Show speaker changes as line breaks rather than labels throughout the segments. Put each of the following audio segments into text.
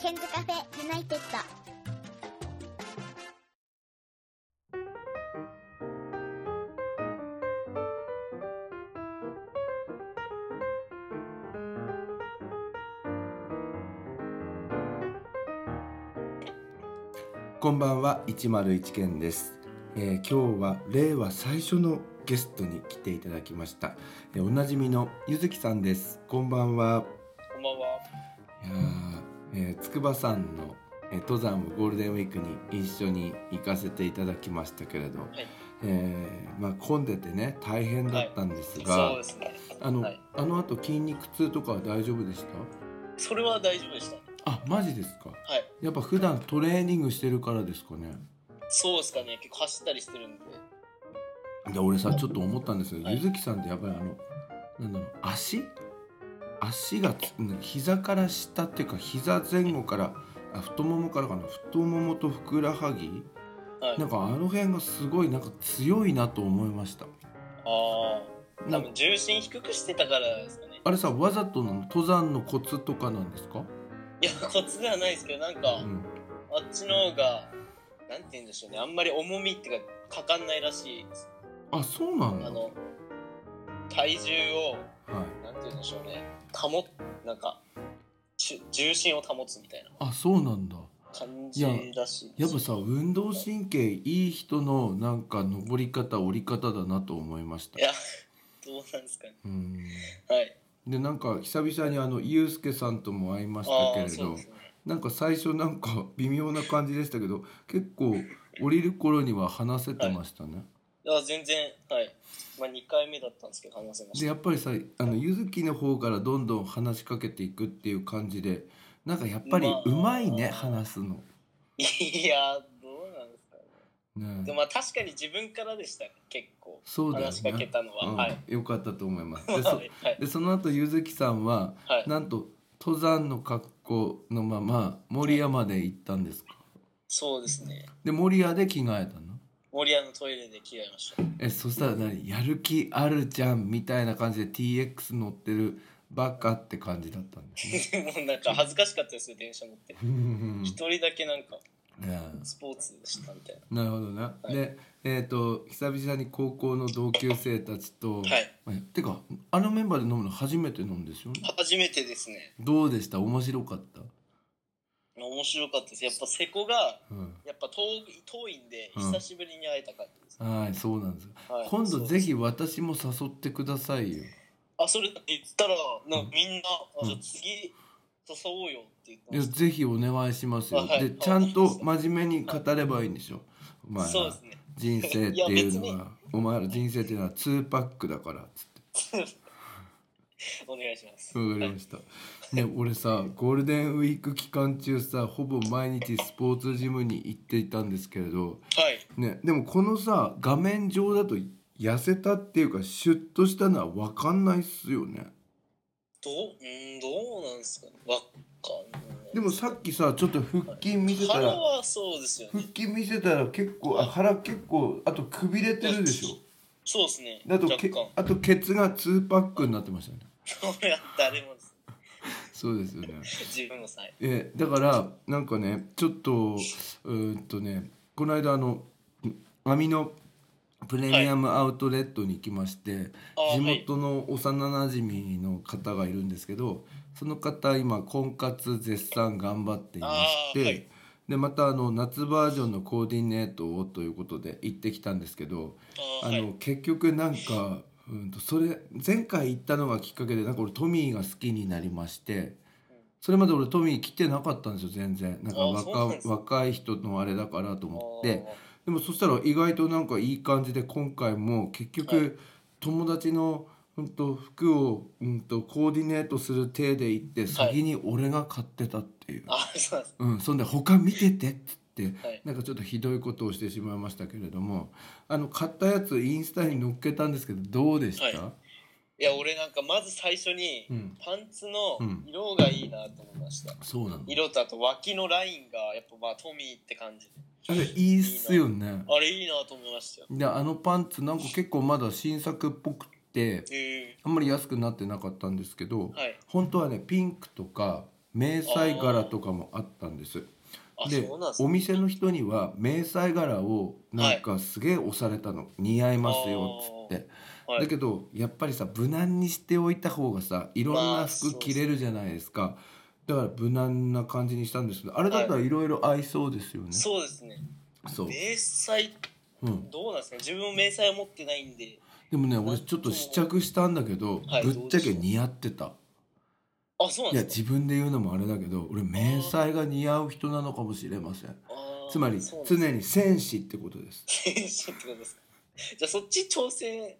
ケンズカフェユナイテッド。
こんばんは101件です、えー今日は令和最初のゲストに来ていただきました、えーおなじみのゆずきさんですこんばんは
こんばんは。
いやーえー筑波山の、えー登山をゴールデンウィークに一緒に行かせていただきましたけれど、えーまあ、混んでてね大変だったんですが、
そうですね。
あの、
はい
あの後筋肉痛とかは大丈夫でした
それは大丈夫でした。
あマジですか
はい。
やっぱ普段トレーニングしてるからですかね
そうですかね。結構走ったりしてるんで。
で俺さちょっと思ったんですけど、
はい
ゆずきさんってやっぱりあのなんだろう足足がつなんか膝から下っていうか膝前後からあ太ももからかな太ももとふくらはぎ
はい。
なんかあの辺がすごいなんか強いなと思いました
ああ。
な
多
んか
分重心低くしてたからですかね。
あれさわざとなの登山のコツとかなんですか、
いや、コツではないですけど、なんか、
うん、
あっちの方が、なんて言うんでしょうね。あんまり重みっていうか、かかんないらしいです。
あそうなんだは
あ
い
の、体重を、なんて言うんでしょうね。保っ、なんか、し重心を保つみたいな
あそうなんだ
感じらしいで
やっ
す
ぱさ運動神経いい人のなんか登り方降り方だなと思いました
いや、どうなんですかね。
うん
はい。
でなんか久々にあのゆうすけさんとも会いましたけ
ああ、
れ
そう
ど、
ですね。
なんか最初なんか 微妙な感じでしたけど結構降りる頃には話せてましたね、
いや全然はい、まあ、2回目だったんですけど話せまし
で
た
やっぱりさあのゆずきの方からどんどん話しかけていくっていう感じでなんかやっぱりうまいね
まあ
話すの
いやどうなんですかねで
ね
もまあ確かに自分からでした結構
そうだよ
話しか
ね、
けたのは、
うん
はい
よかったと思います
は
で
い
そ
はい
でその後ゆずきさんは
はい
なんと登山の格好のまま守谷まで行ったんですか
そうですね
で守谷で着替えたの
森屋のトイレで着替えました
えそしたら何やる気あるじゃんみたいな感じで TX 乗ってるバカって感じだったんです ね
でもなんか恥ずかしかったですよ電車乗って
うん
一人だけなんか
ね
スポーツしたみたいな
えなるほどね、
はい
でえっ、と久々に高校の同級生たちと、
はい
えてかあのメンバーで飲むの初めて飲んですよね
初めてですね
どうでした面白かった、
面白かったですやっぱ瀬古が
うん、
やっぱ遠い遠いんで
うん
久しぶりに会えた感じです、
はいそうなんです
はい
今
そう
度
で
ぜ
す
ひ私も誘ってくださいよ
あ、それだって言ったら、なん
うん
かみんな、
うん
あじゃあ次誘おうよって言って
いや
まし
ぜひお願いしますよ、
はい
でちゃんと真面目に語ればいいんでしょお
た。
前
そう
ら
ですね。
人生って
いや
いう
別
の
に
はお前ら人生っていうのは2パックだからっつって
お願いします。
わかりましたね俺さゴールデンウィーク期間中さほぼ毎日スポーツジムに行っていたんですけれど
はい。
ねでもこのさ画面上だと痩せたっていうかシュッとしたのは分かんないっすよね
どう、うん、どうなんですかね。わかんない。
でもさっきさちょっと腹筋見てた
腹
ら
はそうですよ
腹
ね。
筋見せたら結構あ腹結構あとくびれてるでしょ
そうですね。
あと
若
け
干。 こ
あとケツが2パックになってましたね
れは誰もです。
そうですよね
自分もさえ。
えだからなんかねちょっとうーんとねこの間あの網のプレミアムアウトレットに行きまして、
あー
地
はい。
元の幼馴染の方がいるんですけどその方今婚活絶賛頑張っていまして、
あーはい
でまたあの夏バージョンのコーディネートをということで行ってきたんですけど、
あ
あ
ーは
の、
い。
結局なんかうんとそれ前回行ったのがきっかけでなんか俺トミーが好きになりましてそれまで俺トミー来てなかったんですよ全然なんか
あそうなん
若
です
若い人のあれだからと
あ
思っ
ー
てでもそしたら意外となんかいい感じで今回も結
は
局友達のうんと服をうんとコーディネートする体で行って先に俺が買ってたっていう、
あ、そうなんです。
うん、そんで他見ててっつって
はい。
なんかちょっとひどいことをしてしまいましたけれどもあの買ったやつインスタに載っけたんですけどどうでした、
はいいや、俺なんかまず最初に
う、ん、
パンツの
うん
色がいいなと思いました。
そうなの
色とあと脇のラインがやっぱまあトミーって感じで
あれいいっすよね
あれいいなと思いましたよ
であのパンツなんか結構まだ新作っぽくて
へえ
あんまり安くなってなかったんですけど
はい
本当はねピンクとか迷彩柄とかもあったんです
あ
で
そうなんです
お
ね
店の人には迷彩柄をなんかすげえ押されたの、似合いますよっつって、
はい
だけどやっぱりさ無難にしておいた方がさいろん
ま
な
あそう
服
そう
着れるじゃないですか、だから無難な感じにしたんですけどあれだったらいろいろ合いそうですよね、
そうですね
そう、
迷彩
うん、
どうなんですかね自分も迷彩を持ってないんで
でもね俺ちょっと試着したんだけど、
はい
ぶっちゃけ似合ってた。
あそうなん
いや
ですか
自分で言うのもあれだけど俺迷彩が似合う人なのかもしれません
あー
つまり
そうなんですね
常に戦士ってことです
選手ってことですか じゃあそっち挑戦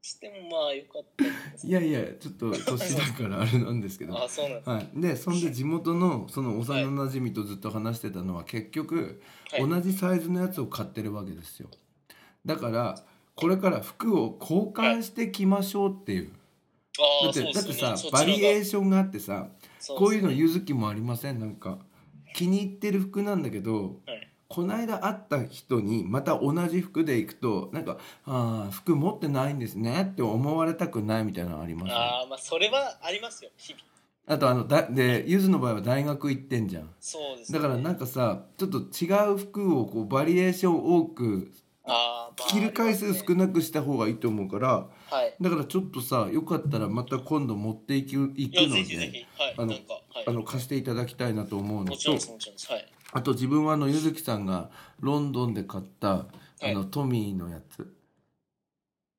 してもまあよかったんじゃないです
いやいやちょっと年だからあれなんですけど
かあそうなんです
はい、でそんで地元のその幼なじみとずっと話してたのは結局
はい
同じサイズのやつを買ってるわけですよだからこれから服を交換してきましょうっていう
あ
だ
あ
って
そうで
だっ
す
て
よね
さ
そっちの
バ
方が
リエーションがあってさ
そう
こういうの
ですね
言う時もありませんなんか気に入ってる服なんだけど
はい
こないだ会った人にまた同じ服で行くとなんか「ああ服持ってないんですね」って思われたくないみたいなのあります
ああまあそれはありますよ日々
あとあのだでゆずの場合は大学行ってんじゃん
そうですね
だからなん
か
かさちょっと違う服をこうバリエーション多く
あー、まあ、
着る回数少
い
なくした方がいいと思うから
はい
だからちょっとさよかったらまた今度持っていき行
い
く
や
の
ぜひぜ
で
ひはい
あの
なんかはい
あの貸していただきたいなと思うの
もちろん
と
ですもちろんですはい
あと自分はあのゆずきさんがロンドンで買った
い
あのトミーのやつ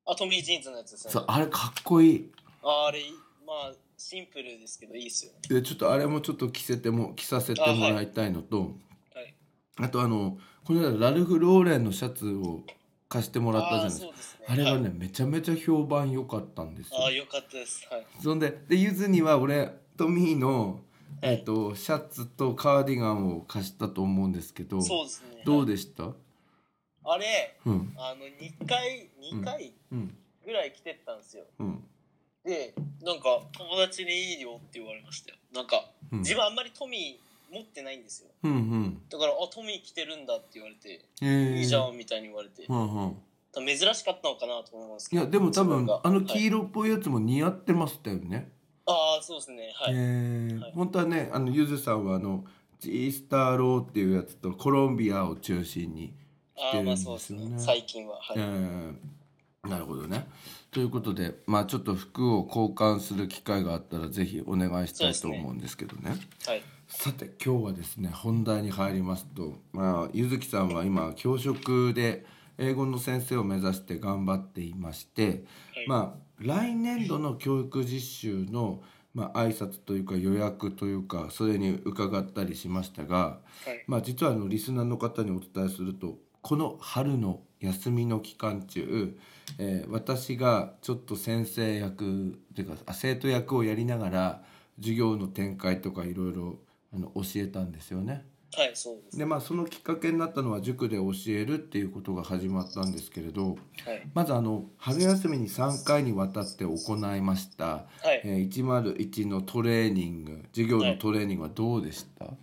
あトミージーンズのやつですね
さあれかっこいい
ああれまあシンプルですけどいいですよね
でちょっとあれもちょっと着せても着させてもらいたいのと
はい
あとあのこの間ラルフ・ローレンのシャツを貸してもらったじゃないですか
あーそうですね
あれが
はい
ねめちゃめちゃ評判良かったんですよ
ああよかったですはい
そんででゆずには俺トミーの、えっとシャツとカーディガンを貸したと思うんですけど
そうですね
どう
で
でした、
あれ
うん
あの2回2回
うん
ぐらい来てったんですよ、
うん
でなんか友達にいいよって言われましたよなんか
うん
自分あんまりトミー持ってないんですよ
うんうん
だから「あトミー着てるんだ」って言われて
えー
「いいじゃん」みたいに言われて
うんうん
多分珍しかったのかなと思います
い
けど
やでも多分あの黄
はい
色っぽいやつも似合ってましたよね、
ああそうですねはい、
えー
はい
本当はねあのゆずさんはあのジースターローっていうやつとコロンビアを中心に
ああまあそうです
着てるん
ね
ですよね
最近ははい、
えーなるほどね。ということで、まあ、ちょっと服を交換する機会があったらぜひお願いしたいと思うんですけどね。
はい
さて今日はですね本題に入りますと、まあ、ゆずきさんは今教職で英語の先生を目指して頑張っていまして、
はい
まあ、来年度の教育実習の、まあ挨拶というか予約というかそれに伺ったりしましたが、
はい
まあ、実はあのリスナーの方にお伝えするとこの春の休みの期間中、えー私がちょっと先生役ていうかあ生徒役をやりながら授業の展開とかいろいろあの教えたんですよね。
はいそうですね
でまあそのきっかけになったのは塾で教えるっていうことが始まったんですけれど
はい
まずあの春休みに3回にわたって行いました、
はい、
えー101のトレーニング授業のトレーニングはどうでした、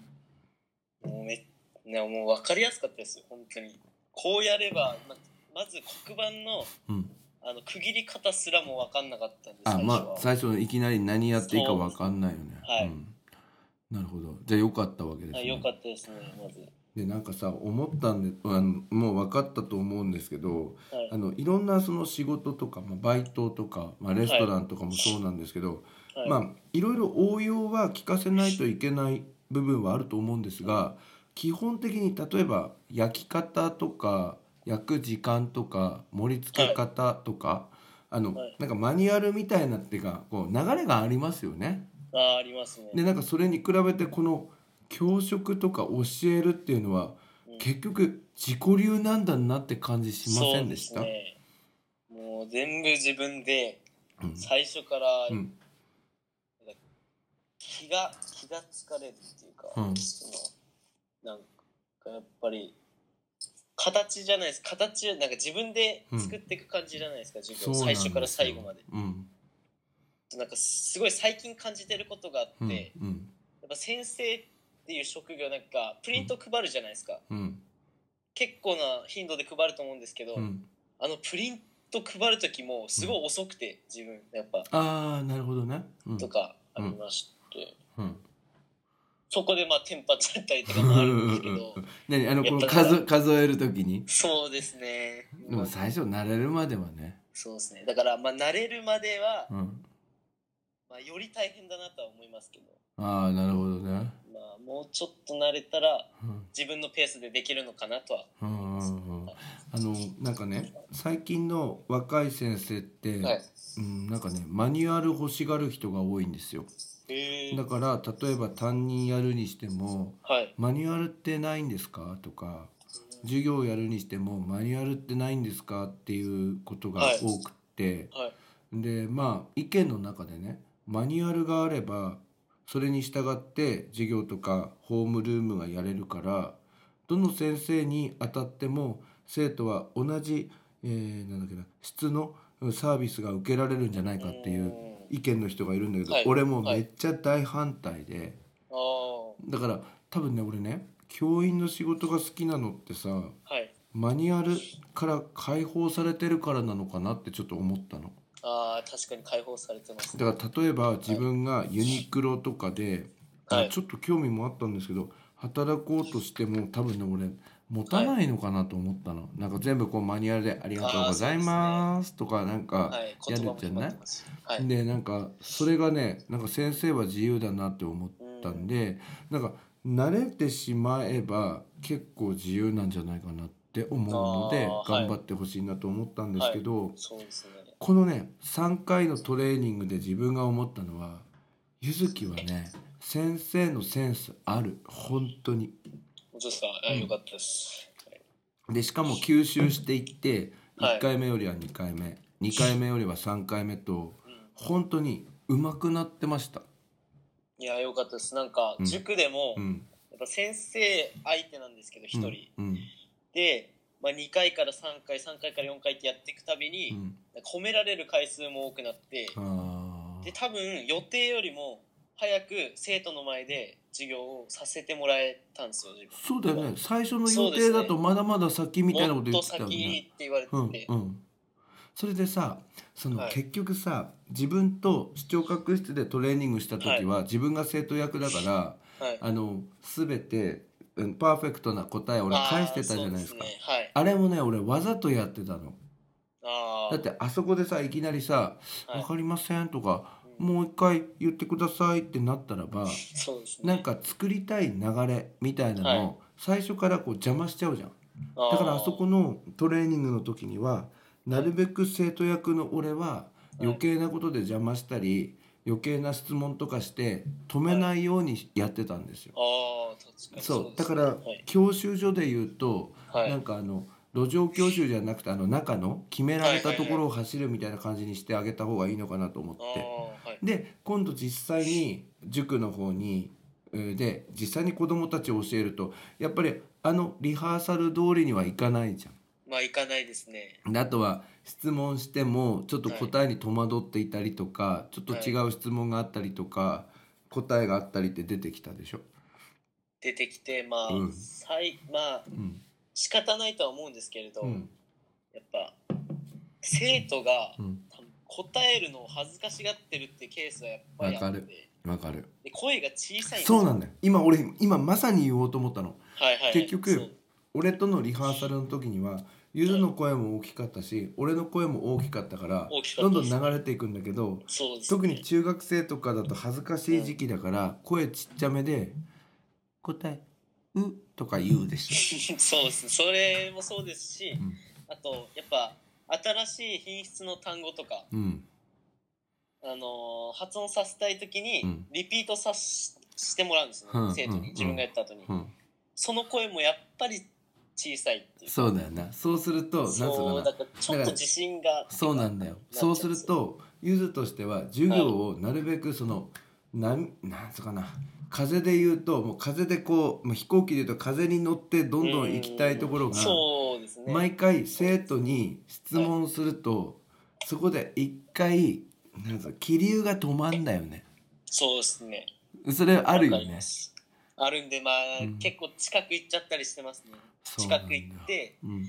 もうめねもう分かりやすかったですよ本当にこうやればままず黒板の
うん
あの区切り方すらも分かんなかったんです
あ
最初は
まあ最初のいきなり何やっていいかわかんないよね。
はい
ん、なるほどじゃあよかったわけです
は
ね。
い、よかったですねまず
でなんかさ思ったんであのもう分かったと思うんですけど
はい
あのいろんなその仕事とか、まあ、バイトとか、まあ、レストランとかもそうなんですけど、
はい、
まあいろいろ応用は聞かせないといけない部分はあると思うんですが基本的に例えば焼き方とか焼く時間とか盛り付け方とか、あの、
はい
なんかマニュアルみたいなっていうかこう流れがありますよね。
あーありますね
でなんかそれに比べてこの教職とか教えるっていうのは
うん
結局自己流なんだなって感じしませんでした。
そうですねもう全部自分で
うん
最初から、
うん
気が気が疲れるっていうか、
うん
そのなんかやっぱり形じゃないです形なんか自分で作っていく感じじゃないですか、授業
そうなん
最
ですよ
初から最後まで
うん
なんかすごい最近感じてることがあって、
うん
や
うん
っぱ先生っていう職業なんかプリント配るじゃないですか、
うん
結構な頻度で配ると思うんですけど、
うん
あのプリント配る時もすごい遅くて、自分やっぱ
ああなるほどね。うん
とかありまして、
うん
そこでまあテンパっちゃったりとかもあるんですけど
何あの
いや
この
だから
数数える時に
そうですね
でも最初慣れるまではね、
そうですねだからまあ慣れるまでは、
うん、
まあ、より大変だなとは思いますけど、
ああなるほどね、
まあ、もうちょっと慣れたら
うん
自分のペースでできるのかなとは
うんうんうん、あのなんかね最近の若い先生って、
はい
うん、なんかねマニュアル欲しがる人が多いんですよ
へえ
だから例えば担任やるにしても
はい
マニュアルってないんですかとか授業やるにしてもマニュアルってないんですかっていうことが
はい
多くって、
はい
でまあ意見の中でねマニュアルがあればそれに従って授業とかホームルームがやれるからどの先生に当たっても生徒は同じ、えーなんだっけな質のうんサービスが受けられるんじゃないかっていう意見の人がいるんだけど、
はい
俺もめっちゃ大反対で、
ああは
だから多分ね俺ね教員の仕事が好きなのってさ
い
マニュアルから解放されてるからなのかなってちょっと思ったの。
ああ確かに解放されてますね
だから例えば自分がユニクロとかで、
はい
ちょっと興味もあったんですけど働こうとしても多分ね俺持たないのかなと思ったの、なんか全部こうマニュアルで「ありがとうございます」とかなんか
はい
やる
言葉も
んじゃ
決
な
ま
い
ってますしはい
でなんかそれがねなんか先生は自由だなって思ったんで、なんか慣れてしまえば結構自由なんじゃないかなって思うので
あーはい
頑張ってほしいなと思ったんですけど、
そうですね
このね3回のトレーニングで自分が思ったのはゆずきはね先生のセンスある本当に
本当ですかあ
うん
よかったです、はい
でしかも吸収していって
はい
1回目よりは2回目2回目よりは3回目と
うん
本当に上手くなってました
いやよかったですなんか
うん
塾でも、
うん
やっぱ先生相手なんですけど一人、
うん
で、まあ、2回から3回3回から4回ってやっていくたびに、
うん
なんか褒められる回数も多くなって、
あ
で多分予定よりも早く生徒の前で授業をさせてもらえたんですよ自分
ーそうだよね最初の予定だとまだまだ先みたいなこと言ってたよ
もっと先にっ
ね
て言われてて、
うんうんそれでさその
はい
結局さ、自分と視聴覚室でトレーニングした時は、自分が生徒役だから
はい
あの全てうんパーフェクトな答えを俺返してたじゃないですか
あーそうね、はい
あれもね俺わざとやってたの
あ
だってあそこでさいきなりさ「
はい
わかりません」とか「
うん
もう一回言ってください」ってなったらば
そうですね
なんか作りたい流れみたいなのを最初からこう邪魔しちゃうじゃんだからあそこ
の
のトレーニングの時にはなるべく生徒役の俺は余計なことで邪魔したり余計な質問とかして止めないようにやってたんですよ。
あー確かに
そうだ
です
か
ね
ら
はい
教習所で言うと
はい
なんかあの路上教習じゃなくてあの中の決められたところを走るみたいな感じにしてあげた方がいいのかなと思っ
あ
て。
ーはい
で今度実際に塾の方にえーで実際に子どもたちを教えるとやっぱりあのリハーサル通りにはいかないじゃ
まあ行かないですね
ん。であとは質問してもちょっと答えに戸惑っていたりとか、ちょっと違う質問があったりとか、答えがあったりって出てきたでしょ。
出てきてまあ、
うん
さいまあ
うん
仕方ないとは思うんですけれど、
うん
やっぱ生徒が
うん、
多分答えるのを恥ずかしがってるってケースはやっぱりあ
わ
っ
か
て
るわかる。
で声が小さいんです
そ
よ
うなんだよ今俺今まさに言おうと思ったの。
はいはい、
結局
そう
俺とのリハーサルの時にはゆずの声も大きかったし俺の声も大きかったから
大きか
ど
っ
ん
た
ど
で
ん
す
流れていくんだけど
そうですね
特に中学生とかだと恥ずかしい時期だから声ちっちゃめで「答えう」とか言うでし
そうですそれもそうですし、
ん
あとやっぱ新しい品質の単語とか、
ょ。うん
あのー発音させたい時
う
に
ん
リピートさししてもらうんですね、
うん
生徒
うん
に自分がやった後に、
うん、
その声もやっぱり小さいっていう
そうだよなそうするとなんつう
そう
の
だ
か
からちょっと自信が
なそうなんだよそうするとゆずとしては授業をなるべくその、なんなんつうかな風で言うともう風でこう、まあ、飛行機で言うと風に乗ってどんどん行きたいところが。
うんそうですね
毎回生徒に質問すると、そこで一回なんか気流が止まんだよね
そうですね
それあるよ
わかり
ね
ますあるんでまあ、
うん
結構近く行っちゃったりしてますね
そうな
近
んだ
く行って
うん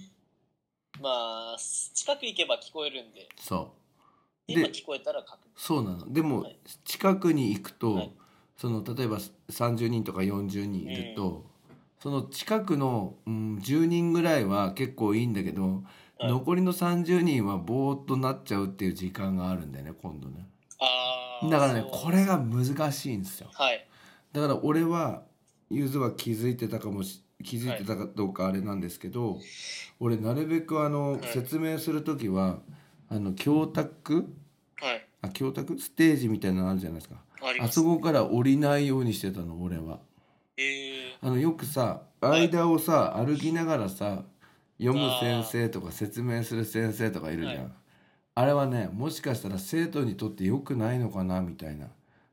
まあ近く行けば聞こえるんで
そう
今
で
聞こえたら確認
そうなのでも、
はい
近くに行くと、
はい
その例えば30人とか40人いると、その近くの、うん、10人ぐらいは結構いいんだけど、
はい
残りの30人はぼーっとなっちゃうっていう時間があるんだよね今度ね
あー
だからね
そう
これが難しいんですよ
はい
だから俺はゆずは気づいてたかもし気づいてたかどうかあれなんですけど、俺なるべくあの、
はい
説明する時はあの教卓
はい
あ教卓ステージみたいなのあるじゃないですか
あり
あ
ます
そこから降りないようにしてたの俺は
え
あのよくさ
い
間をさ歩きながらさ読む先生とか説明する先生とかいるじゃん、
はい
あれはねもしかしたら生徒にとって良くないのかなみたいな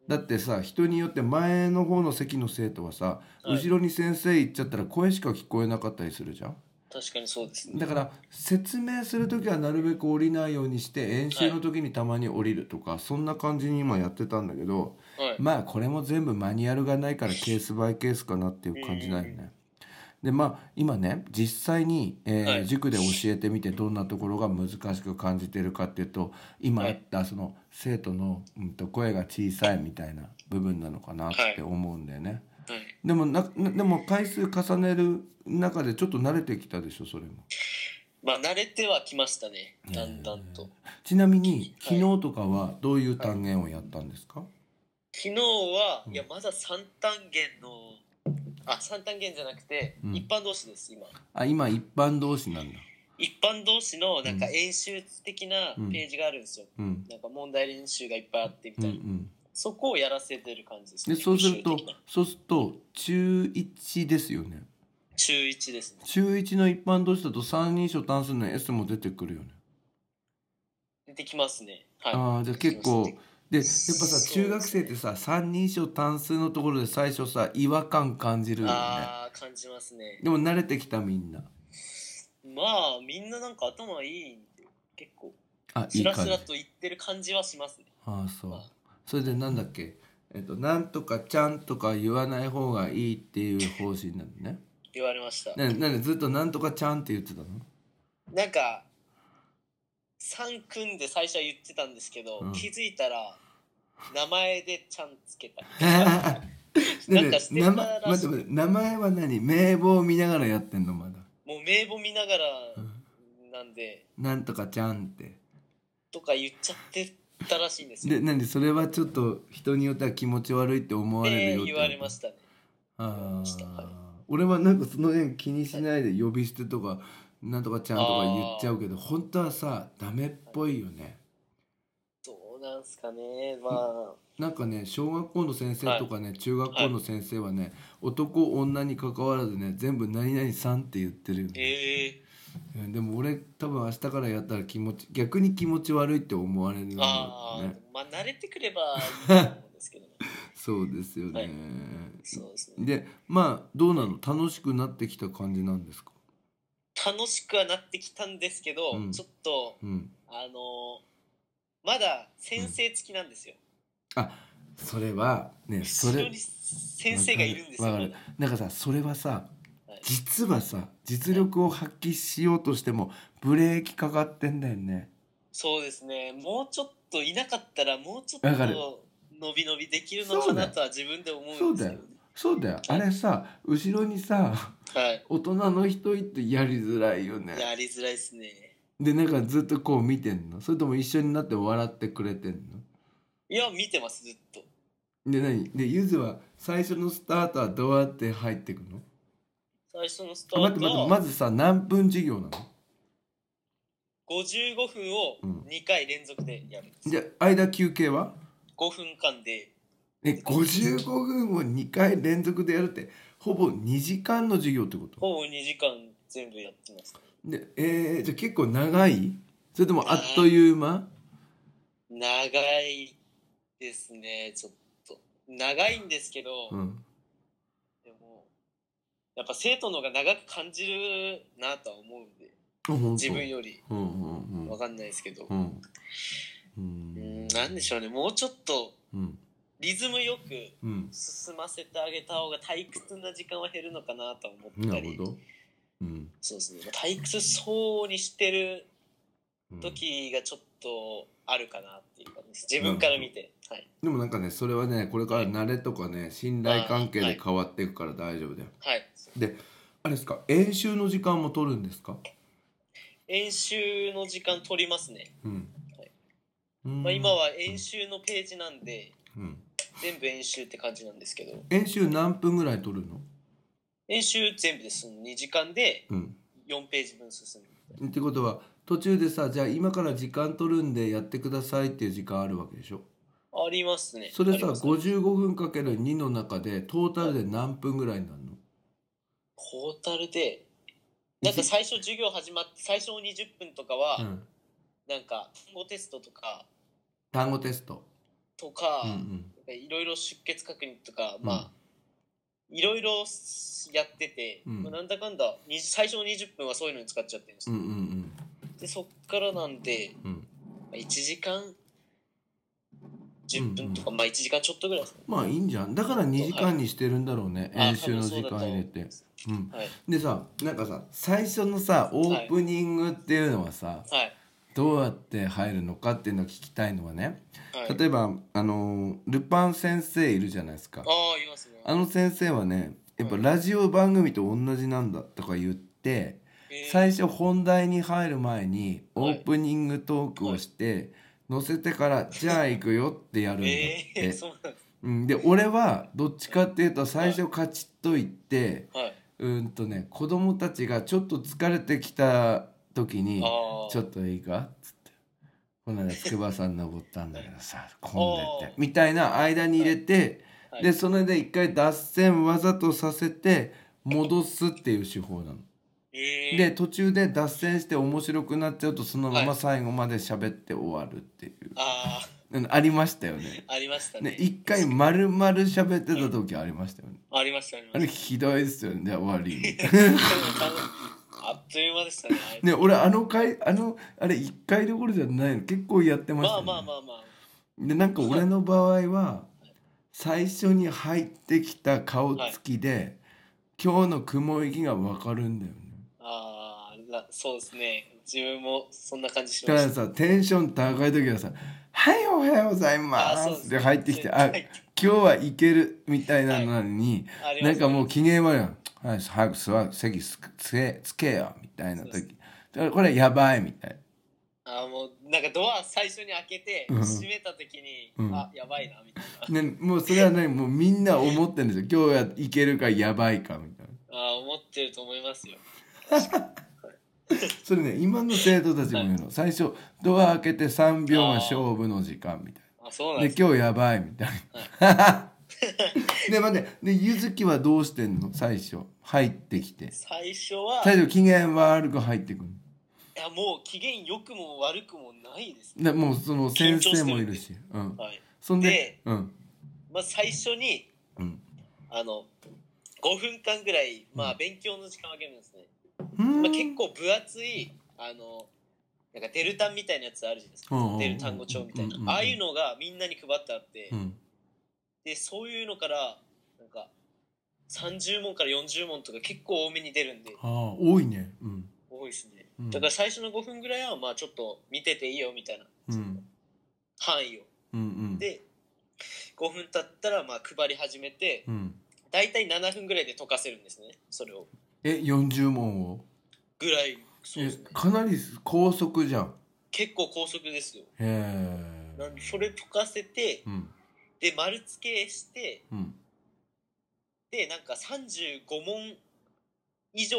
だってさ人によって前の方の席の生徒はさ、
はい
後ろに先生行っちゃったら声しか聞こえなかったりするじゃん
ー、確かにそうですね
だから説明する時はなるべく降りないようにして演習の時にたまに降りるとか、そんな感じに今やってたんだけど、
はい
まあこれも全部マニュアルがないからケースバイケースかなっていう感じだよね。でまあ今ね実際に、えー
はい
塾で教えてみてどんなところが難しく感じてるかっていうと今
は
あ
い
ったその生徒の、うん、と声が小さいみたいな部分なのかなって思うんだよね。
はい
でもななでも回数重ねる中でちょっと慣れてきたでしょそれも。
まあ慣れてはきましたねだんだんと
ちなみに昨日とかはどういう単元をやったんですか、
昨日は、
うん
いやまだ三単元のあ三単元じゃなくて、
うん
一般同士です今
あ今一般同士なんだ。
一般同士のなんか
うん
演習的な
うん
ページがあるんですよ、
うん
なんか問題練習がいっぱいあってみ
うん
た
う
いな、
ん
そこをやらせてる感じです
で
ね
そうする
練
と
習的な
そうすると中1ですよね
中一ですね
中1の一般同士だと三人称単数の S も出てくるよね、
出てきますねはい
ああじゃあ結構でやっぱさ
そうですね
中学生ってさ三人称単数のところで最初さ違和感感じるよね
ああ感じますね
でも慣れてきたみんな
まあみんななんか頭いいんで結構
あい
ス
い
ラ
感
ス
じ
ラと言ってる感じはしますね
ああそうそれでなんだっけえっとなんとかちゃんとか言わない方がいいっていう方針なのね
言われました
ななんでずっとなんとかちゃんって言ってたの
なんか3組んで最初は言ってたんですけど、
うん
気づいたら名前でちゃんつけ た
ね
なんかステ
名
ッ
前
カーらし
待
い
って待って名前は何名簿を見ながらやってんのまだ、
もう名簿見ながら
うん
なんで
なんとかちゃんって
とか言っちゃってたらしいんですよ
で何それはちょっと人によっては気持ち悪いって思われる
で
よって
言われましたね
あ
したはい
ー俺はなんかその辺気にしないで呼び捨てとかなんとかちゃんとか言っちゃうけど本当はさダメっぽいよね
どうなんすかねま
なんかね小学校の先生とかね、中学校の先生はね、男女に関わらずね全部「何々さん」って言ってるよね
あええ
うんでも俺多分明日からやったら気持ち逆に気持ち悪いって思われるんだ
あ
ろう
あ
ね
まあ慣れてくればいいと思うんですけど、ね、
そうですよね、
はいそうですね
でまあどうなの楽しくなってきた感じなんですか
楽しくはなってきたんですけど、
うん
ちょっと
うん
あのまだ先生付きなんですよ、
それはねそ
後ろ
れ
に先生がいるんですよ
わかる
まだ
なんかさそれはさ
はい
実はさ実力を発揮しようとしてもブレーキかかってんだよね
そうですねもうちょっといなかったらもうちょっと
わかる
伸び伸びできるのかなとは自分で思うんですけど、ね、
そうだよあれさ後ろにさ
はい
大人の人いってやりづらいよね
やりづらいですね
でなんかずっとこう見てんのそれとも一緒になって笑ってくれてんの
いや見てますずっと
で何でゆずは最初のスタートはどうやって入ってくの
最初のスタ
あ待っ
ー
て
ト
待って
は
まずさ何分授業なの
55分を2回連続でやるんです、
じゃあ間休憩は
5分間で
え55分を2回連続でやるってほぼ2時間の授業ってこと
ほぼ2時間全部やってます
でえー、じゃあ結構長いそれともあっという間
長いですねちょっと長いんですけど、
うん
でもやっぱ生徒の方が長く感じるなとは思うんで
あ本当
自分より
うんうん
わかんないですけど
う
うん
うんう
ー
ん
んなんでしょうねもうちょっと
うん
リズムよく
うん
進ませてあげた方が退屈な時間は減るのかなとは思っ
な
た
る
り
ほどうん
そうですね退屈そうにしてる
うん
時がちょっとあるかなっていう感じです自分から見て、はい
でもなんかねそれはねこれから慣れとかね信頼関係で変わっていくから大丈夫だよ。
はい
あれですか演習の時間も取るんですか、
演習の時間取りますね、
うん
はい
うん
まあ、今は演習のページなんで
うん、
全部演習って感じなんですけど
演習何分ぐらい取るの、
演習全部です2時間で
うん、
4ページ分進む
ってことは途中でさじゃあ今から時間取るんでやってくださいっていう時間あるわけでしょ
ありますね
それ
あり
さ、
ますね
55分かける2の中でトータルで何分ぐらいになるの
ポータルでなんか最初授業始まって最初の20分とかは、
うん、
なんか単語テストとか
単語テスト、
とか
うんうん
いろいろ出欠確認とか、
うん
まあいろいろやってて、
うん
まあなんだかんだに最初の20分はそういうのに使っちゃってるんです、
うんうん
でそっからなんで
うんうん
まあ1時間10分とか、まあ1時間ちょっとぐらいですね
まあいいんじゃんだから2時間にしてるんだろうね、
あ
演習の
多分そ
時
うだと
間
思い
入れ
ま
て
す
うん
はい
でさなんかさ最初のさオープニングっていうのはさ、
はい
どうやって入るのかっていうのを聞きたいのはね
はい
例えばあのルパン先生いるじゃないですか
ああいますね
あの先生はねやっぱラジオ番組と同じなんだとか言って
えー
最初本題に入る前にオ
はい
ープニングトークをして載せてから「じゃあ行くよ」ってやるんだっ
えー
て。
そうなんです
うん、で俺はどっちかっていうと最初カチッといって
はい
うんとね子供たちがちょっと疲れてきた時に
ああ
ちょっといいか?」っつって「この間筑波山登ったんだけどさ混んでて」みたいな間に入れて、
はい
でそれで一回脱線わざとさせて戻すっていう手法なの。
えー
で途中で脱線して面白くなっちゃうとそのま
は
ま
い
最後まで喋って終わるっていう、
ああ
うんありましたよね。
ありましたね。
ね一回丸々喋ってた時ありましたよね。
ありました、あり
あ
ま
れ
し
ひどいですよね。で終わりみたいな
た。あっという間でしたね。あれ
ね俺あの回あのあれ1回どころじゃないの結構やってまし
ま
た
あ
よね
まあまあまあ。
でなんか俺の場合は最初に入ってきた顔つきで、今日の雲行きが分かるんだよね
ああ、らそうですね。自分もそんな感じし
だ
ま
から
した。
さテンション高い時はさ「はいおはようございま」
あそうですす
で入ってきて「あ
は
今
い
日はいける」みたいなのなのに、
あり
な
ま
ん
す
かもう機嫌悪いのはい早く座席つけつけよ」みたいな
そう
時だからこれやばいみたいな。
あーもうなんかドア最初に開けて
うん
閉めた時に、
うん
あやばいなみたいな。
ね、もうそれはねもうみんな思ってるんですよ今日はいけるかやばいかみたいな
ああ思ってると思いますよ。
それね今の生徒たちも言うの最初ドア開けて3秒が勝負の時間みたい
あそ
な
うなんで。
です今日やばいみたいなね待ってでゆずきはどうしてんの最初入ってきて
最初は
最初機嫌悪く入ってくる
いやもう機嫌良くも悪くもないですね。
でもうその先生もいるしうん、
はい。
そんで
で
うん
まあ最初に
うん
あの5分間ぐらいまあ勉強の時間をあげるんですね。
うん
まあ、結構分厚いあのなんかデルタンみたいなやつあるじゃないですか、
うんうんうん
デルタン語帳みたいな、
うんうんうん
ああいうのがみんなに配ってあって、
うん
でそういうのからなんか30問から40問とか結構多めに出るんで
ああ多いねうん
多いですね、
うん
だから最初の5分ぐらいはまあちょっと見てていいよみたいな
うん
範囲を
うんうん
で5分経ったらまあ配り始めて
うん
大体7分ぐらいで解かせるんですねそれを
え40問を
ぐらいそうですね
えかなり高速じゃん
結構高速ですよ
へえ
なんでそれ解かせて、
うん
で丸付けして
うん
でなんか35問以上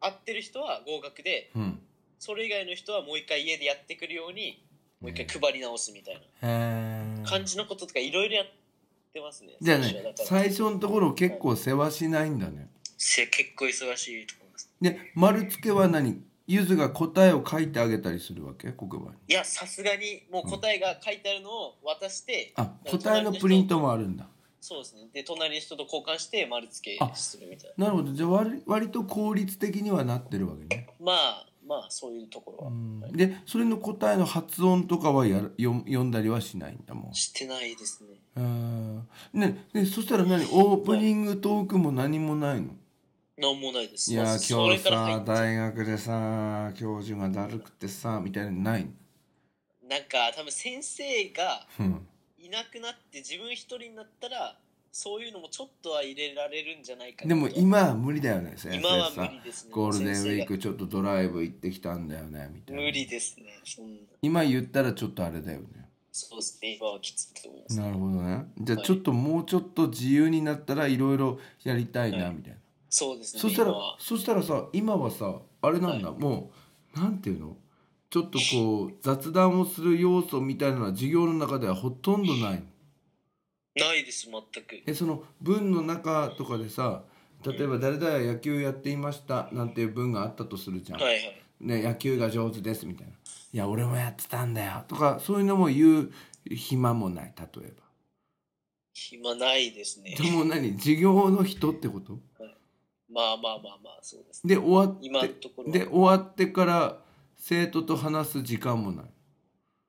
合ってる人は合格で
うん
それ以外の人はもう一回家でやってくるようにもう一回配り直すみたい
へ
な
ー
感じのこととかいろいろやってますね
じゃあ
最初は
ね
だから
最初のところ結構世話しないんだね
せ結構忙しいと思います
で丸付けは何ゆずが答えを書いてあげたりするわけ黒板に
いやさすがにもう答えが書いてあるのを渡して、
あ答えのプリントもあるんだ
そうですねで隣の人と交換して丸付けするみたいな
なるほどじゃあ割割と効率的にはなってるわけね
まあまあそういうところは、
うん
はい
でそれの答えの発音とかはやる読読んだりはしないんだもん
してないですね
へーねねそしたら何オープニングトークも何もないの
なんもないです
いやー
そ
今
れ
日
から入
さ
って
大学でさ教授がだるくてさみたいなのないの
なんか多分先生が
うん
いなくなって自分一人になったらそういうのもちょっとは入れられるんじゃないかな
でも
と
今は無理だよね先
今は
生
無
さ
理ですね
ゴールデンウィー
先
クちょっとドライブ行ってきたんだよねみた
生
い
が
な
無理ですねそんな
今言ったらちょっとあれだよね
そうですね今はきついと思います、
なるほどねじゃあ
はい
ちょっともうちょっと自由になったらいろいろやりたいな
はい
みたいな、
そうですね
そしたら
今は
そしたらさ今はさあれなんだ、もうなんていうのちょっとこう雑談をする要素みたいなのは授業の中ではほとんどない
ないです全く
えその文の中とかでさ例えば「誰々は野球やっていました」なんていう文があったとするじゃん、
はいはい
ね、野球が上手ですみたいな「いや俺もやってたんだよ」とかそういうのも言う暇もない例え
暇ないですね
ばでも何授業の人ってこと
まあまあまあまあそうですね
で終わって
今のところは
で終わってから生徒と話す時間もない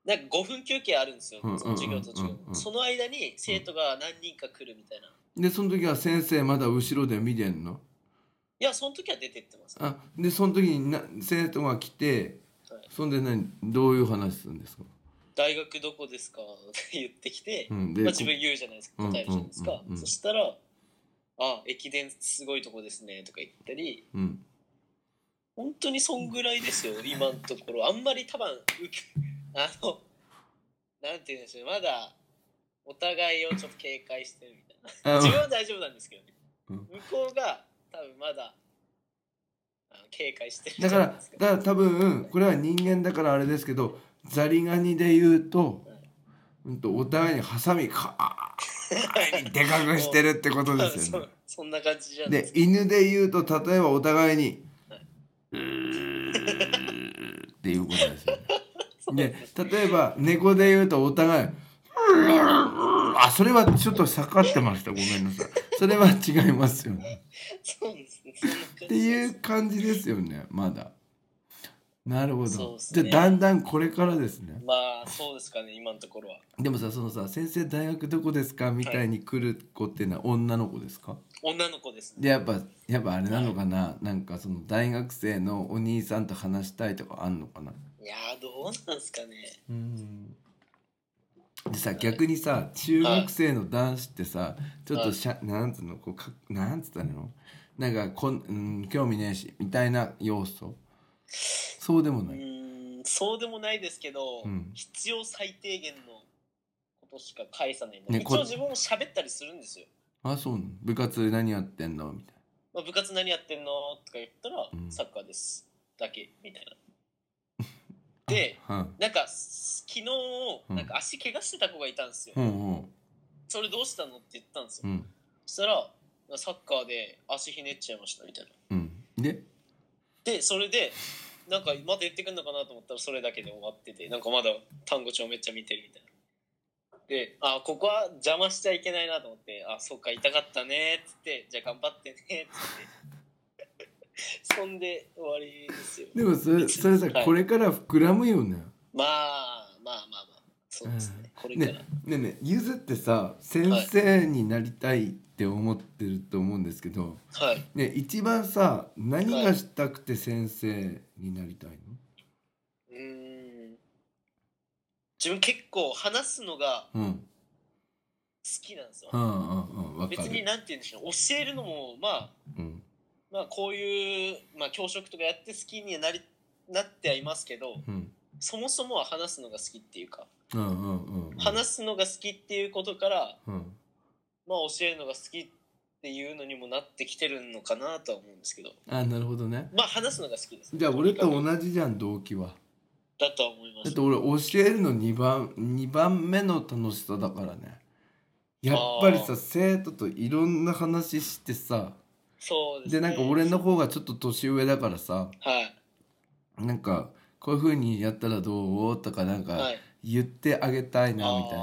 なんか5分休憩あるんですよ、
うんうんうんうんうん
授業途中、その間に生徒が何人か来るみたいな、
でその時は先生まだ後ろで見てんの
いやその時は出てってます、
あでその時にな生徒が来て
はい
そんで何どういう話するんですか、
大学どこですかって言ってきて、
うん、で
まあ、自分言うじゃないです
う
か
ん
答えるじゃないですか、
うんうん
そしたら「あ駅伝すごいとこですね」とか言ったり
うん、
本当にそんぐらいですよ今のところあんまり多分受けあのなんて言うんでしょうねまだお互いをちょっと警戒してるみたいな
あ
自分は大丈夫なんですけどね、
うん
向こうが多分まだあの警戒してる
だから
です
だから多分これは人間だからあれですけどザリガニで言うと,、うん、とお互いにハサミかーにでかくしてるってことですよね。
そそんな感じじゃないで
です
か
犬で言うと例えばお互いに
はい
「うーっていうことですよね。
そう
で
です
例えば猫で言うとお互いあそれはちょっと下がってましたごめんなさいそれは違いますよね
そうですねそんな感じ
っていう感じですよねまだなるほ
そう
ど
っ、す
じゃ
ね
あだんだんこれからですね
まあそうですかね今のところは
でもさそのさ「先生大学どこですか?」みたいに来る子っていうのは女の子ですか
女の子ですね
でやっぱやっぱあれなのかななんかその大学生のお兄さんと話したいとかあんのかない
やーどうなんですかね
うんでさ逆にさ中学生の男子ってさちょっとしゃなんつうのこうかなんつったらいいのなんかこん、うん、興味ねえしみたいな要素そうでも
う
ない、
ーんそうでもないですけど、
うん
必要最低限のことしか返さないんで、
ね
一
こ
応自分も喋ったりするんですよ、
あそうなの部活何やってんのみたい
まあ、部活何やってんのとか言ったら、
うん
サッカーですだけみたいな で
なはい
なんかす昨日
うん
なんか足怪我してた子がいたんですよ、
うんうん
それどうしたのって言ったんですよ、
うん
そしたらサッカーで足ひねっちゃいましたみたいな
うんで
でそれでなんかまた言ってくんのかなと思ったらそれだけで終わっててなんかまだ単語帳めっちゃ見てるみたいなであここは邪魔しちゃいけないなと思ってあそっか痛かったねっつってじゃあ頑張ってねっつってそんで終わりですよ
でもそれそれさ
はい
これから膨らむよね
まあまあまあまあそうですね、これから、
ねねえねえゆずってさ先生になりたいって思ってると思うんですけど、
はい
ね一番さ何がしたくて先生になりたいの、
うーん自分結構話すのが
うん、
好きなんですよ
うんうんうんわか
別に
る、
なんて言うんでしょう教えるのもまあ
うん
まあ、こういう、まあ、教職とかやって好きになりなってはいますけど
うん
そもそもは話すのが好きっていうか
うんうんうんうん
話すのが好きっていうことから、
うん
まあ、教えるのが好きっていうのにもなってきてるのかなとは思うんですけど
あなるほどね
まあ話すのが好きです
じゃあ俺と
だ
同じじゃん動機は
とは思いま
だっ
す
て俺教えるの2番二番目の楽しさだからねやっぱり
あ
さ
ー
生徒といろんな話してさ
そうです、
で
ね、
なんか俺の方がちょっと年上だからさ
はい
なんかこういう風にやったらどうとかなん
は
か
い
言ってあげたいなみたいな、だか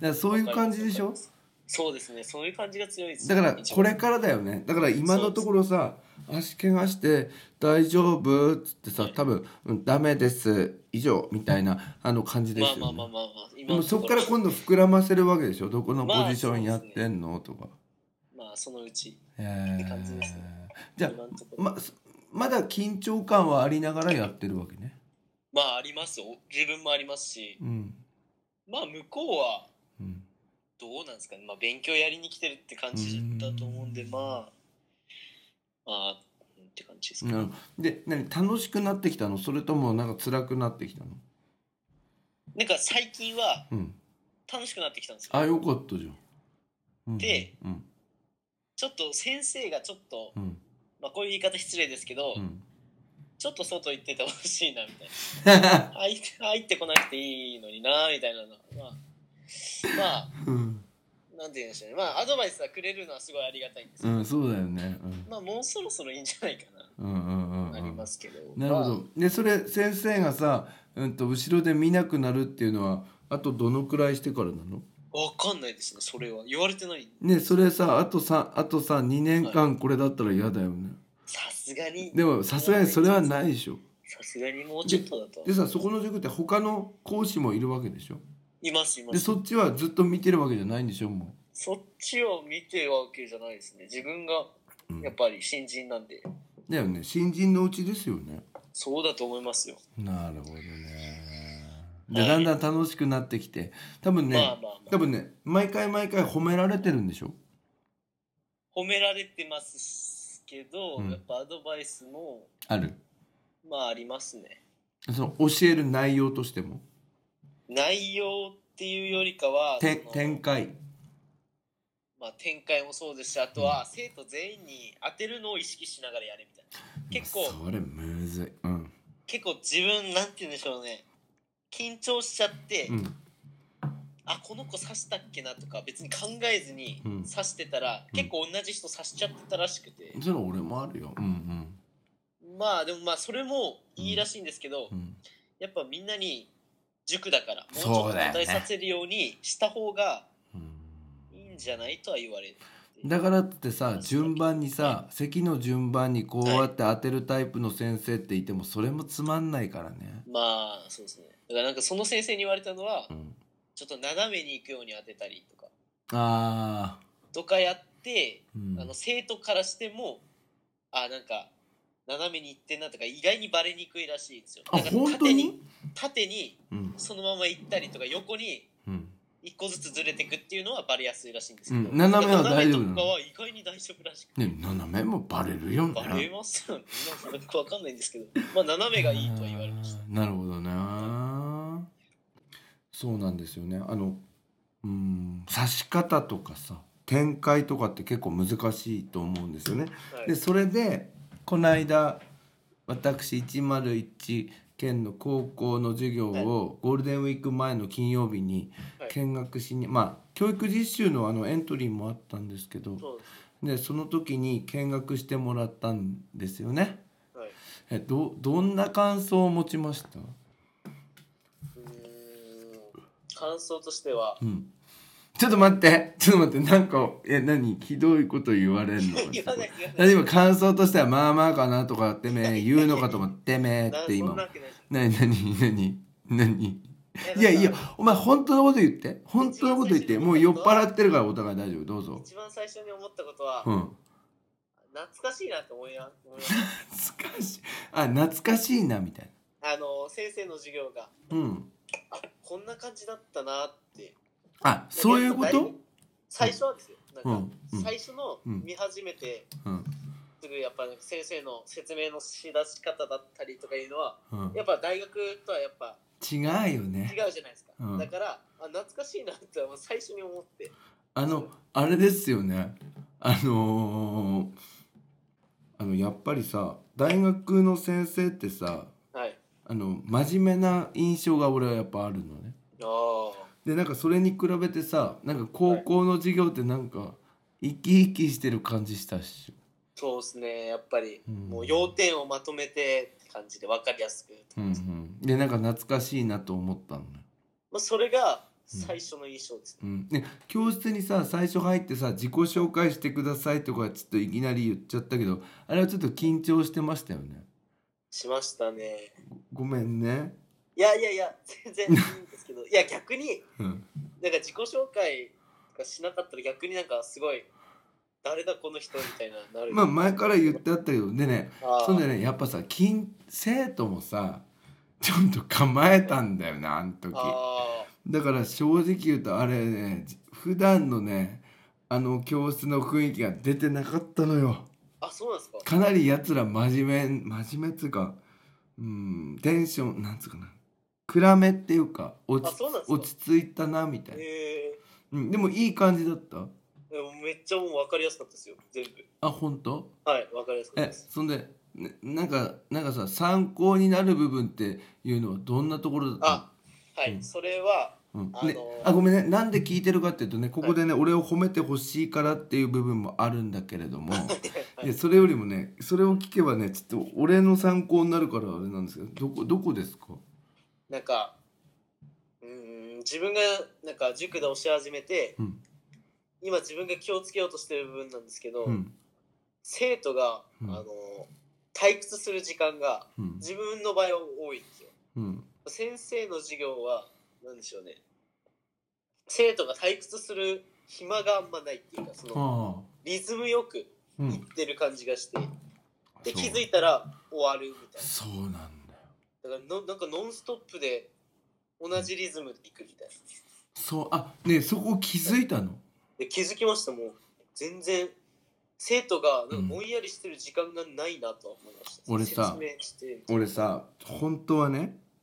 らそういう感じでしょ
そうですねそういう感じが強いです
だから
一番
これからだよねだから今のところさ足怪我して大丈夫っつってさ
はい
多分、うん、ダメです以上みたいなあの感じですよ
ま
ね、
あまあまあまあまあ
で
今
も
の
そ
と
こ
こ
か
ろ
ら今度膨らませるわけでしょどこのポ
まあ
ジションやっ
そうですね
てんの、とか
まあそのうち
へ
感じですね
じゃあ
今のところ
ままだ緊張感はありながらやってるわけね
まあありますお自分もありますし
うん
まあ向こうは
うん
どうなんですかね、まあ、勉強やりに来てるって感じだと思うんで
うん
まあまあうんって感じですか
な
ね、
るほどで何楽しくなってきたのそれともなんか辛くなってきたの
なんか最近は
うん
楽しくなってきたんです
あ
よ
よかったじゃんうん
で
うん
ちょっと先生がちょっと、
うん
まあ、こういう言い方失礼ですけど、
うん
ちょっと外行っててほしいなみたいな入って入ってこなくていいのになみたいなのはまあ
うん
まあなんて言うんでしょうねまあアドバイスはくれるのはすごいありがたいんですけ
う
ど、
んそうだよねうん
まあもうそろそろいいんじゃないか
うんうんうんうん
なありますけど、
なるほ
まあ
ど。でそれ先生がさ、うんと後ろで見なくなるっていうのはあとどのくらいしてからなの？
わかんないですねそれは言われてない
ねそれさあとさあとさ2年間これだったら嫌だよね。
さすがに
でもさすがにそれはないでしょ。
さすがにもうちょっとだと
でさそこの塾って他の講師もいるわけでしょ。
いますいま
です
そ
そっちはずっと見てるわけじゃないんでしょも
っちを見てはわけじゃないですね自分が
う。うん
やっぱり新人なんで、
だよね新人のうちですよね。
そうだと思いますよ、
なるほどね。
は
で
い
だんだん楽しくなってきて多分
まあ
ね
まあ
多
ま
分ね毎回毎回褒められてるんでしょ。
あ褒められてますけど、
うん
やっぱアドバイスも
ある。
まあありますね
その教える内容としても
内容っていうよりかは
て
その
展開
まあ、展開もそうですしあとは生徒全員に当てるのを意識しながらやるみたいな結構
それむずいうん
結構自分なんて言うんでしょうね緊張しちゃって、
うん
あこの子刺したっけなとか別に考えずに
うん
刺してたら、
うん
結構同じ人刺しちゃってたらしくて、
それ俺もあるようん
まあでもまあそれもいいらしいんですけど、
うんうん
やっぱみんなに塾だからもうちょ
そうだ
っと
よね
問題させるようにした方が
うん
いいんじゃないとは言われる
だからってさ順番にさ席の順番にこうやって当てるタイプの先生っていてもそれもつまんないからね
まあそうですねだからなんかその先生に言われたのは、
うん
ちょっと斜めに行くように当てたりとか
ああ
とかやって、
うん
あの生徒からしてもあなんか斜めに行ってんなとか意外にバレにくいらしいんですよ
あ
なんか
本当
縦
に
縦に
うん
そのまま行ったりとか横に
うん
一個ずつずれていくっていうのはバレやすいらしいんですけど、
うん斜めは大丈夫なの
斜めとかは意外に大丈夫らしくて
ね斜めもバレるよね
バレますよねなんかよくわかんないんですけどまあ斜めがいいとは言われました
なるほどなそうなんですよねあのうん指し方とかさ展開とかって結構難しいと思うんですよね。
はい
でそれでこの間私101県の高校の授業をゴールデンウィーク前の金曜日に
はい
見学しに、まあ教育実習のあのエントリーもあったんですけど
そうで
でその時に見学してもらったんですよね。
すはい
えどどんな感想を持ちました、
うーん感想としては
うん、ちょっと待ってちょっと待ってなんかえ何ひどいこと言われんの
言わない言わない
今感想としてはまあまあかなとかてめえ言うのかと思ってめえ
な
って
そ
今
んなわけないです
何何何何い
な
や
んか
いやお前本当のこと言って本当のこと言ってもう酔っ払ってるからお互い大丈夫どうぞ
一番最初に思ったことは、
うん
懐かしいなと思いな思いました
懐かしいあ懐かしいなみたい
あの先生の授業が
なうん
あこんな感じだったなって
あそういうこ
なん
と
か最初はですよなんか、
うんうん
最初の
うん
見始めて
うん
すぐやっぱり先生の説明のしだし方だったりとかいうのは
うん
やっぱ大学とはやっぱ
違うよね
違うじゃないですか、
うん
だからあ懐かしいなってもう最初に思って
あのあれですよねあのーあのやっぱりさ大学の先生ってさ
はい
あの真面目な印象が俺はやっぱあるのね。
ああ
でなんかそれに比べてさなんか高校の授業ってなんか生き生きしてる感じしたっし
そうですねやっぱり、
うん
もう要点をまとめてって感じで分かりやすく、
ょ、うんうん、でなんか懐かしいなと思ったのね。
まあ、それが最初の印象ですね、
うん、で教室にさ最初入ってさ自己紹介してくださいとかちょっといきなり言っちゃったけどあれはちょっと緊張してましたよね。
しましたね
ごめんね。
いやいやいや全然いいんですけどいや逆に
うん
なんか自己紹介がしなかったら逆になんかすごい誰だこの人みたいななる
まあ前から言ってあったけどでね
あー
そんでねやっぱさ緊生徒もさちょっと構えたんだよなあの時
あ
だから正直言うとあれねじ普段のねあの教室の雰囲気が出てなかったのよ
ーあそうなんですか
かなりやつら真面目真面目っつうかうんテンションなんつうかな暗めっていうか落
あ
ち
そうなんですか
落ち着いたなみたいな、
え
うん、でもいい感じだった
ー、でもめっちゃもう分かりやすかったですよ全部
あ本当
はい分かりやすかった
え
です
そんでななんかなんかさ参考になる部分っていうのはどんなところだったの
あはい、
うん
それは
うん
あのー
ね、あごめんねなんで聞いてるかっていうとねここでね、俺を褒めてほしいからっていう部分もあるんだけれどもいやそれよりもねそれを聞けばねちょっと俺の参考になるからあれなんですけどどこどこですか
なんかうーん自分がなんか塾で教え始めて
うん
今自分が気をつけようとしてる部分なんですけど、
うん
生徒が、
うん
あの退屈する時間が
うん
自分の場合は多いんですよ
うん
先生の授業は何でしょうね生徒が退屈する暇があんまないっていうかそ
あ
の
あ
リズムよく
う
いっ
ん
てる感じがしてで
そう
気づいたら終わるみたい
そうなんだよ
なだからのなんかノンストップで同じリズムでいくみたいな
そうあねそこ気づいたの
で気づきましたもう全然生徒がな
うん
んかぼんやりしてる時間がないなとは思いました、
俺さ
説明して
俺さ本当はね、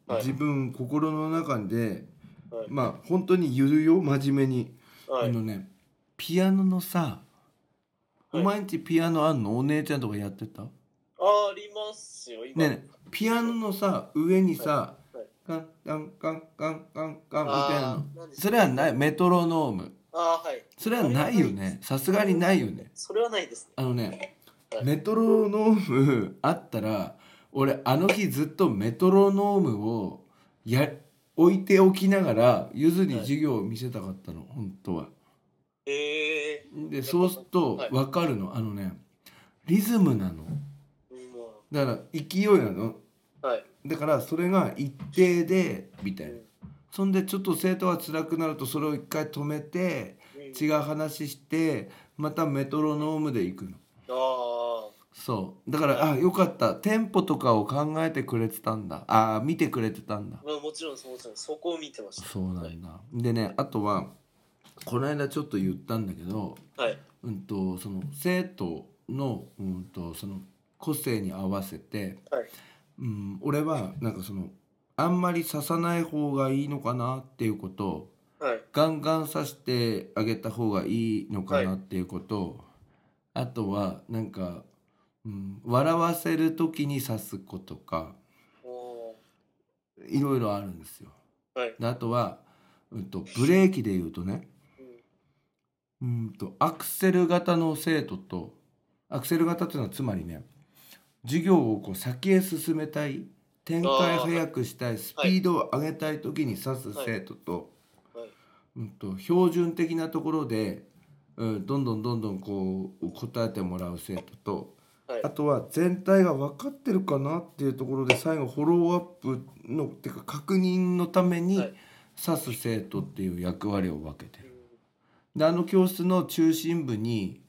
はい
自分心の中で、
はい
まあ本当に言うよ真面目に、
はい
あのねピアノのさ、
はい
お前んちピアノあんのお姉ちゃんとかやってたね
ありますよ
え
今、
ねえピアノのさ上にさ、
いはい
カンカンカンカンカンカンみたいな
あ
の
ーなんで
それはないいメトロノーム
あーはい
それはないよねさすがにないよね
それはないですね
あのね
はい
メトロノームあったら俺あの日ずっとメトロノームをや置いておきながらゆずに授業を見せたかったの本当は。
へえ
でそうすると
はい
分かるの、あのねリズムなの
ー、う
だから勢いなの
んはい
だからそれが一定でみたいな
うん
そんでちょっと生徒が辛くなるとそれを一回止めて
うん
違う話してまたメトロノームで行くの
あ
そうだからあよかったテンポとかを考えてくれてたんだあ見てくれてたんだ
あ、まあ、もちろんそうもちろんそこを見てました
そうなんだでねあとはこの間ちょっと言ったんだけど
はい
うんとその生徒のうんとその個性に合わせて、
はい
うん、俺はなんかそのあんまり刺さない方がいいのかなっていうことを
はい
ガンガン刺してあげた方がいいのかなっていうことを、あとはなんか、うん、笑わせる時に刺すことか
お
いろいろあるんですよ。
ーはい、
であとは、うん、とブレーキで言うとね
うん
うんとアクセル型の生徒とアクセル型というのはつまりね授業をこう先へ進めたい展開早くしたいスピードを上げたい時に指す生徒と,、
はい
うん、と標準的なところで、うん、どんどんどんどんこう答えてもらう生徒と
はい
あとは全体が分かってるかなっていうところで最後フォローアップのっていうか確認のために
はい
指す生徒っていう役割を分けてる
う。ん
であの教室の中心部に、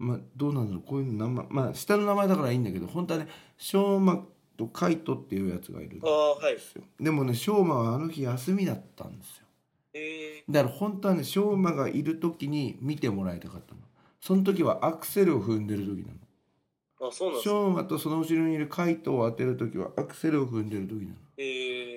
まあ、どうなんだろうこういう名前まあ下の名前だからいいんだけど本当はね翔馬と海斗っていうやつがいるん
あ
で
あはい
すよでもね翔馬はあの日休みだったんですよ
えー、
だから本当はね翔馬がいる時に見てもらいたかったのその時はアクセルを踏んでる時な
あそうなん
の
ですか
翔馬とその後ろにいる海斗を当てる時はアクセルを踏んでる時なの
え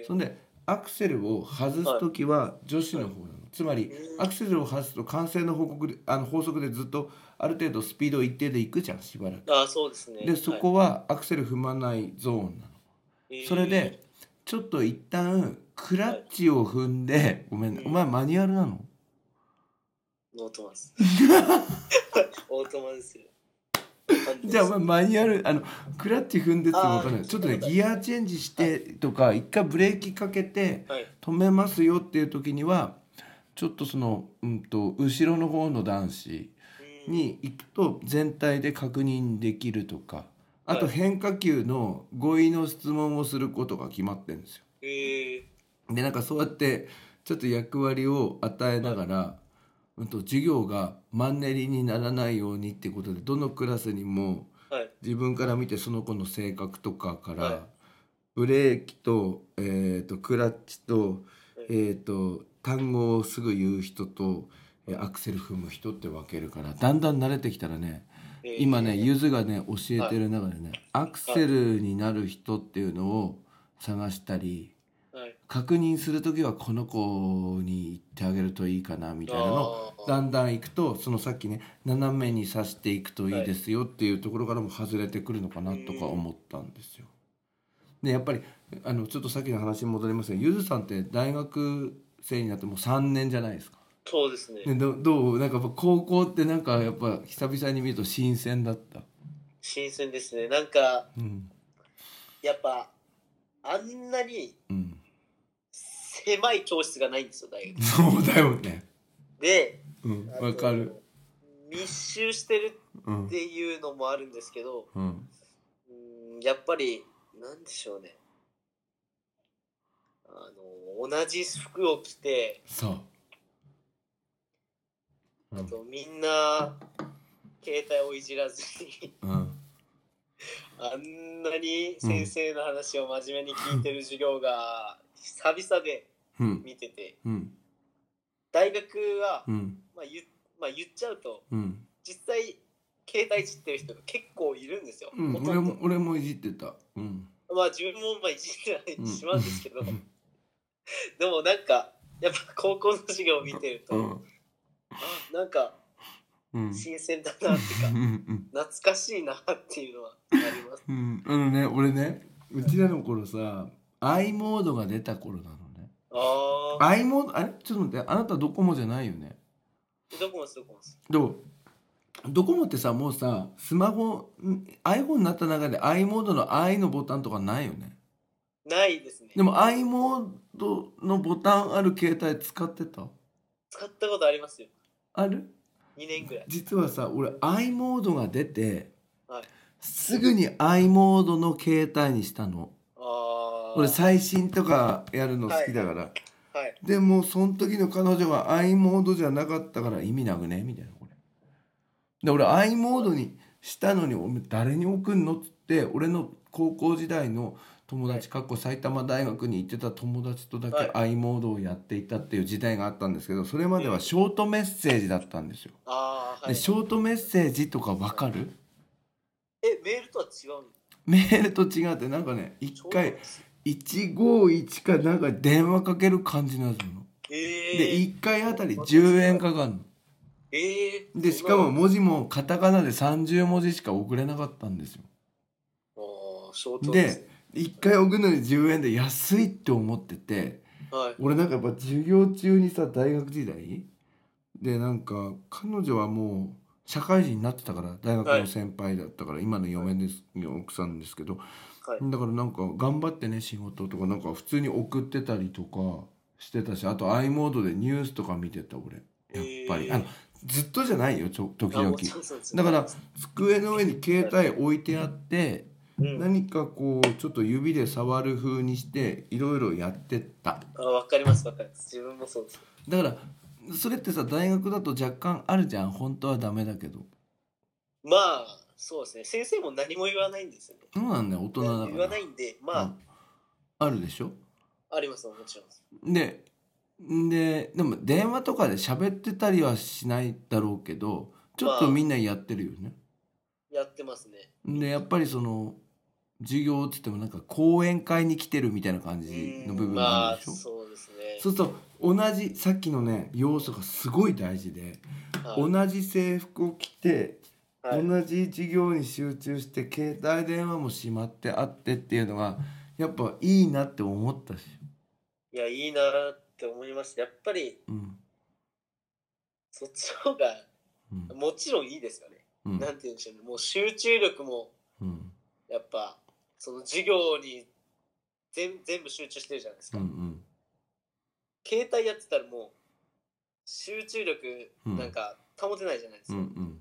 ー
そんでアクセルを外す時は女子の方なの、つまり
うん
アクセルを外すと完成の報告であの法則でずっとある程度スピード一定でいくじゃんしばらく。
あそうですね
でそこはアクセル踏まないゾーンなの。
はい
それでちょっと一旦クラッチを踏んでごめんね
うん
お前マニュアルなの
えーオートマン です。オートマンですよ。
じゃあお前マニュアルあのクラッチ踏んでっても分かんな
あ
い
ー
ちょっとねギアチェンジしてとか一回ブレーキかけて
はい。
止めますよっていう時にはちょっとその、うん、と後ろの方の男子
うん、
に行くと全体で確認できるとかあと
はい
変化球の合意の質問をすることが決まってるんですよ。
えー、
でなんかそうやってちょっと役割を与えながら、うん、と授業がマンネリにならないようにってことでどのクラスにも
はい。
自分から見てその子の性格とかから、
は
ブレーキと,、えー、とクラッチと,、
うん
えー、と単語をすぐ言う人と、えーアクセル踏む人って分けるからだんだん慣れてきたらね
えー
今ねゆずがね教えてる中でねアクセルになる人っていうのを探したり
はい
確認する時はこの子に言ってあげるといいかなみたいなのを
あー
だんだん行くとそのさっきね斜めに刺していくといいですよっていうところからも外れてくるのかなとか思ったんですよ。でやっぱりあのちょっとさっきの話に戻りますがゆずさんって大学生になってもう3年じゃないですか。
そうですね
ね、どどうなんかやっぱ高校ってなんかやっぱ久々に見ると新鮮だった。
新鮮ですねなんか
うん
やっぱあんなに
うん、
狭い教室がないんですよ大学
そうだよね。
で
うん、
あと
わかる。
密集してる
うん
っ、ていうのもあるんですけど
うん、
うんやっぱりなんでしょうねあの同じ服を着て
そう。う
あ
ん
とみんな携帯をいじらずに
うん
あんなに先生の話を真面目に聞いてる授業が久々で
うん
見てて
うん
大学は、
うん
まあ言っまあ、言っちゃうと
うん
実際携帯いじってる人が結構いるんですよ。
うん
ほと
俺
んど
も俺もいじってたうん
まあ自分もまあいじって
うん
ないしまうんですけど、でもなんかやっぱ高校の授業を見てると、
うん
あなんか
うん
新鮮だなっていうか
うん
懐かしいなっていうのはあります。
うんあのね俺ねうちらの頃さ i モードが出た頃なのね
ああ、
i モードあれちょっと待ってあなたドコモじゃないよね
どこもですどこもです。
でもドコモってさもうさスマホん iPhone になった中で i モードの i のボタンとかないよね
ないですね。
でも i モードのボタンある携帯使ってた
使ったことありますよ。
ある
2年ぐらい。
実はさ俺 i モードが出て、
はい
すぐに i モードの携帯にしたの
ああ、
俺最新とかやるの好きだから、
はい。
でもその時の彼女は i モードじゃなかったから意味なくねみたいなこれで俺 i モードにしたのにお前誰に送んのっつって俺の高校時代の友達かっこ埼玉大学に行ってた友達とだけ i モードをやっていたっていう時代があったんですけどそれまではショートメッセージだったんですよ
ああ、は
で
い。
ショートメッセージとかわかる
え、メールとは違うん
メールと違ってなんかね一回
です。
151かなんか電話かける感じなのよで
ええー。
1回あたり10円かかん
ええ
の
ー。
でしかも
あ
文字もカタカナで30文字しか送れなかったんですよ
あー、ショートす
で1回送るのに10円で安いって思ってて
はい。
俺なんかやっぱ授業中にさ大学時代でなんか彼女はもう社会人になってたから大学の先輩だったから、今の嫁です、奥さんですけど、
はい
だからなんか頑張ってね仕事とかなんか普通に送ってたりとかしてたしあと i モードでニュースとか見てた俺やっぱり、
えー
あのずっとじゃないよちょ時
あも
々
うそうそうそう
だから机の上に携帯置いてあって
うん
何かこうちょっと指で触る風にしていろいろやってった
あわかりますわかります自分もそうです
だからそれってさ大学だと若干あるじゃん本当はダメだけど
まあそうですね先生も何も言わないんですよね
そうなんだよ大人だ
言わ
か
ないんで
ら、
ま
うんあるでしょ
あありますもちろん
でででも電話とかで喋ってたりはしないだろうけどちょっとみんなやってるよね。
やってますね
でやっぱりその授業っつってもなんか講演会に来てるみたいな感
う
じの部
ん
分が
ま
あ
あ
るでしょ、
そうですね
そうすると同じさっきのね要素がすごい大事で、
はい
同じ制服を着て、
はい
同じ授業に集中して携帯電話もしまってあってっていうのがやっぱいいなって思ったし、
いやいいなって思いましたやっぱり
うん
そっちの方が
うん
もちろんいいですよね、
うん
なんて言うんでしょうねもう集中力も
うん
やっぱその授業に全全部集中してるじゃないです
う
か、
ん
携帯やってたらもう集中力
うん
なんか保てないじゃないです
う
か、
んうん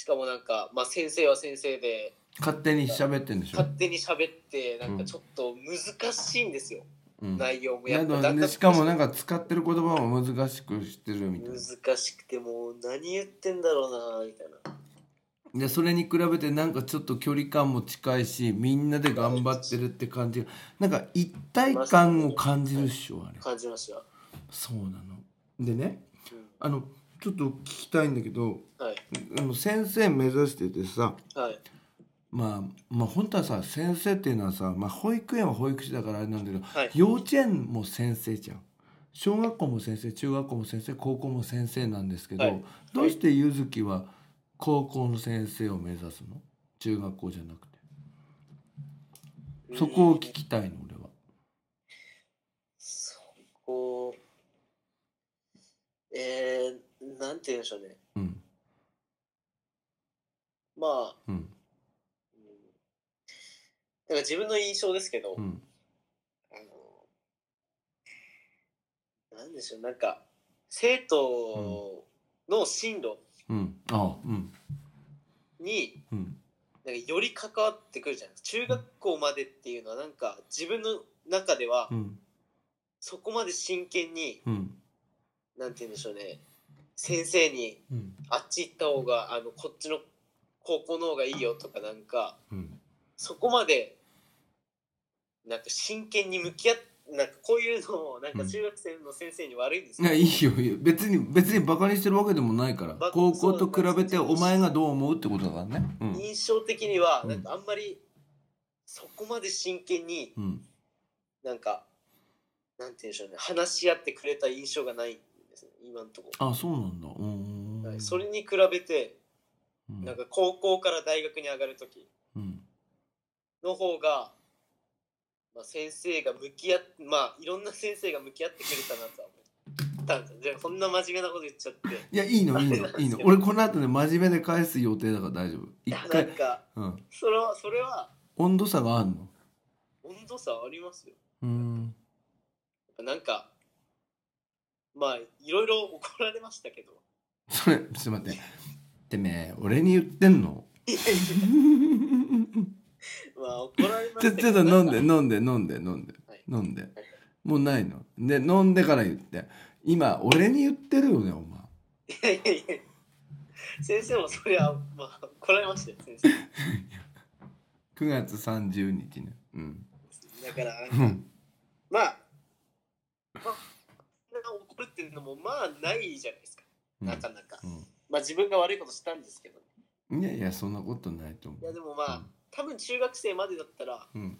しかもなんか、まあ、先生は先生で
勝手に喋ってんでしょ
勝、手に喋ってなん
う
か
ん
ちょっと難しいんですよ、
うん、
内容も
いや
ぱ
でしかもなん
か
か使ってる言葉も難しくしてるみたいな
難しくてもう何言ってんだろうなみたいな
でそれに比べてなんかちょっと距離感も近いしみんなで頑張ってるって感じがなんか一体感を感じるっしょあれ
感じました。
そうなのでね
う
あのちょっと聞きたいんだけど
ん、はい。
あの先生目指しててさ
はい。
まあまあ本当はさ先生っていうのはさ、まあ、保育園は保育士だからあれなんだけど
はい。
幼稚園も先生じゃん小学校も先生中学校も先生高校も先生なんですけど、
はい
どうしてゆずきは高校の先生を目指すの中学校じゃなくてそこを聞きたいの俺は
そこえー、なんて言うんでしょうね。
うん
まあ、
うん
うんなんか自分の印象ですけど、
うん
あの、なんでしょう、なんか、生徒の進路
うんあうん
に、
うん
なんかより関わってくるじゃないですか。中学校までっていうのは、なんか、自分の中では
う、ん
そこまで真剣に、
うん
なんて言うんでしょうね、先生に、
うん
あっち行った方が、あの、こっちの高校の方がいいよとか、なんか、
うん
そこまで、なんか真剣に向き合っなんかこういうのをなんか中学生の先生に悪いんです
いやいいよいいよ別に別にバカにしてるわけでもないから
バ
高校と比べて
そうなん
お
です
前がどう思うってことだからねうん
印象的には
うん
なんかあんまりそこまで真剣に
うん
なんかなんて言うんでしょうね話し合ってくれた印象がないんですね今のとこ
あそうなんだうん
ろ、はいそれに比べて
うん
なんか高校から大学に上がる時
うん
の方が、まあ、先生が向き合っまあいろんな先生が向き合ってくれたなとは思ったんですよじゃあこんな真面目なこと言っちゃって
いや、いい の、いいの、いいの。俺、この後ね、真面目で返す予定だから大丈夫。一
な
回
ん、か
うん。
それはそれは
温度差があるの。
温度差ありますよ
うん。
なんかまあいろいろ怒られましたけど
それ、ちょっと待って。てめえ、俺に言ってんの
まあ怒られ ま
ち
し
ょ、
た
ちょっと飲んで、
なんか
飲んで、飲んで、飲んで
はい、
飲んで。もうないの。で、飲んでから言って。今、俺に言ってるよね、お前。
いやいやいや先生もそりゃまあ怒られましたよ先生
9月30日ね。うん。
だから
うん。
まあまあそんな怒るっていうのもまあないじゃないですかなかなかまあ自分が悪いことしたんですけど
うんいやいや、そんなことないと思
いや
う。
でもまあ多分中学生までだったら
うん。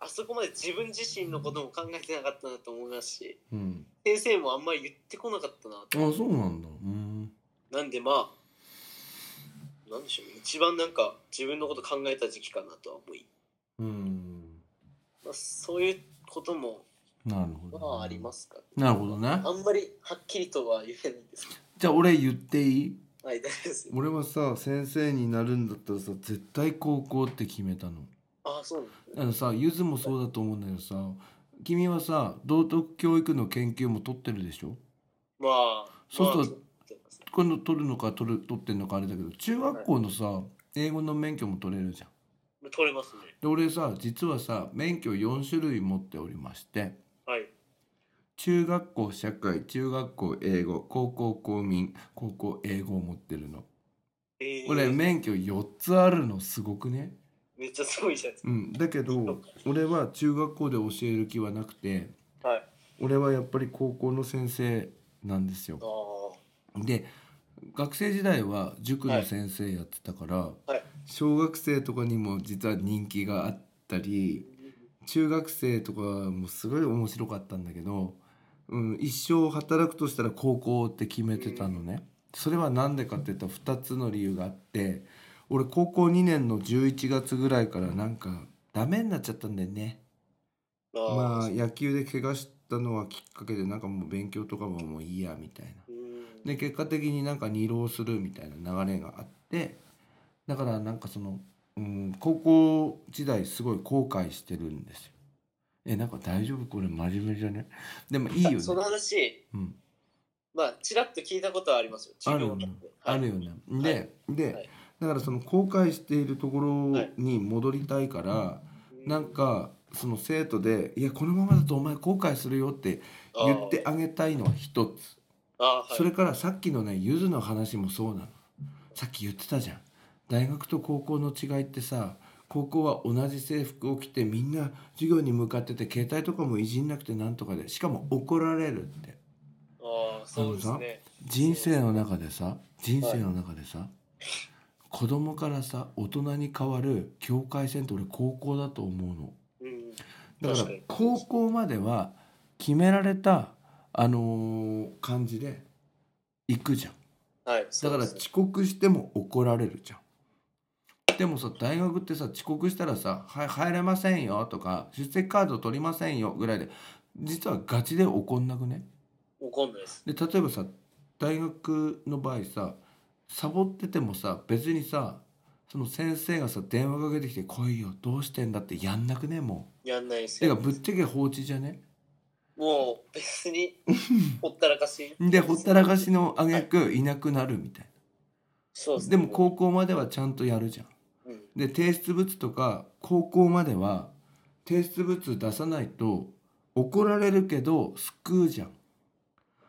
あそこまで自分自身のことも考えてなかったなと思いますし
うん。
先生もあんまり言ってこなかったな
あ、そうなんだ。うん。
なんでまあなんでしょうね一番なんか自分のこと考えた時期かなとは思い、
うん。
まあ、そういうことも
なるほど。
まあありますか、
なるほどね
あんまりはっきりとは言えないんですけ
じゃあ俺言っていい
どはい大丈夫ですよ
俺はさ先生になるんだったらさ絶対高校って決めたの
ああそうなんです
あのさ
ね
ゆずもそうだと思うんだけどさ君はさ道徳教育の研究も取ってるでしょ
まあ
そうそう
まあってますね
これの取るのか取る取ってんのかあれだけど中学校のさ英語の免許も取れるじゃん
取れますね
で俺さ実はさ免許4種類持っておりまして
はい
中学校社会中学校英語高校公民高校英語を持ってるの
えー、
俺免許4つあるのすごくね
めっちゃすごいじゃないです
うん、だけど俺は中学校で教える気はなくて
かはい
俺はやっぱり高校の先生なんですよ
あ。あ
で学生時代は塾の先生やってたから、
いはい
小学生とかにも実は人気があったり中学生とかもすごい面白かったんだけど、うん、一生働くとしたら高校って決めてたのね。それは何でかって言ったら2つの理由があって俺高校2年の11月ぐらいからなんかダメになっちゃったんだよね。
あ、
まあ
う
野球で怪我したのはきっかけでなんかもう勉強とかももういいやみたいな。
ん
で結果的になんか二浪するみたいな流れがあってだからなんかその、うん、高校時代すごい後悔してるんですよ。えなんか大丈夫これ真面目じゃねでもいいよね。
その話
うん、
まあちらっと聞いたことはありますよ
ある
授業
よ
だ
ね
っては
あ
い
るよね。
は
でで、
はい
だからその後悔しているところに戻りたいから、
うん
なんかその生徒で「いやこのままだとお前後悔するよ」って言ってあげたいのは一つ。
あーあーはい
それからさっきのねゆずの話もそうなのさっき言ってたじゃん大学と高校の違いってさ高校は同じ制服を着てみんな授業に向かってて携帯とかもいじんなくてなんとかでしかも怒られるって
ああそうですね
人生の中でさ人生の中でさ、子供からさ大人に変わる境界線って俺高校だと思うの。
うん
だか
確からに
高校までは決められた、あのー感じで行くじゃん
は
だ
い
から
そうですね
遅刻しても怒られるじゃんでもさ大学ってさ遅刻したらさ「はい入れませんよ」とか「出席カード取りませんよ」ぐらいで実はガチで怒んなくね
怒んないです
で例えばさ大学の場合さサボっててもさ別にさその先生がさ電話かけてきて「来いよどうしてんだ」ってやんなくねも
やんないです
うて
よ
かぶっちゃけ放置じゃね
もう別にほったらかし
でほったらかしの挙句いなくなるみたい
そう
な
ですね
でも高校まではちゃんとやるじゃん
う、うん、
で提出物とか高校までは提出物出さないと怒られるけど救うじゃん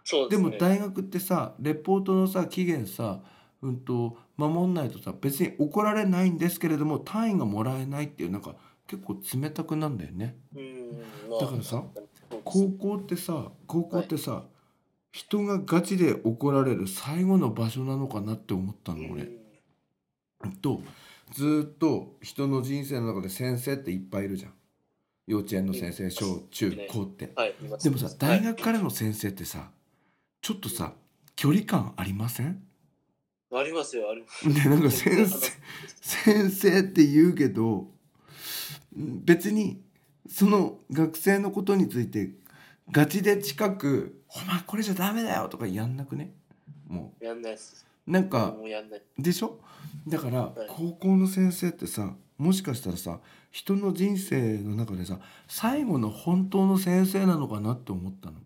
そうで
です
ね
も大学ってさレポートのさ期限さうんと守んないとさ別に怒られないんですけれども単位がもらえないっていうなんか結構冷たくなんだよね
うんまあ
だからさ
そう
高校ってさ高校ってさ、人がガチで怒られる最後の場所なのかなって思った
で
の
す
俺。
うん
とずーっと人の人生の中で先生っていっぱいいるじゃん幼稚園の先生小中高って
はいいます
でもさ大学からの先生ってさちょっとさ距離感ありません
はいありますよあります
でなんか先生 先生って言うけどん別にその学生のことについてガチで近く「お前これじゃダメだよ」とかやんなくねも
やんないです
うなんか
もうやんない
でしょだから
い
高校の先生ってさもしかしたらさ人の人生の中でさ最後の本当の先生なのかなって思ったの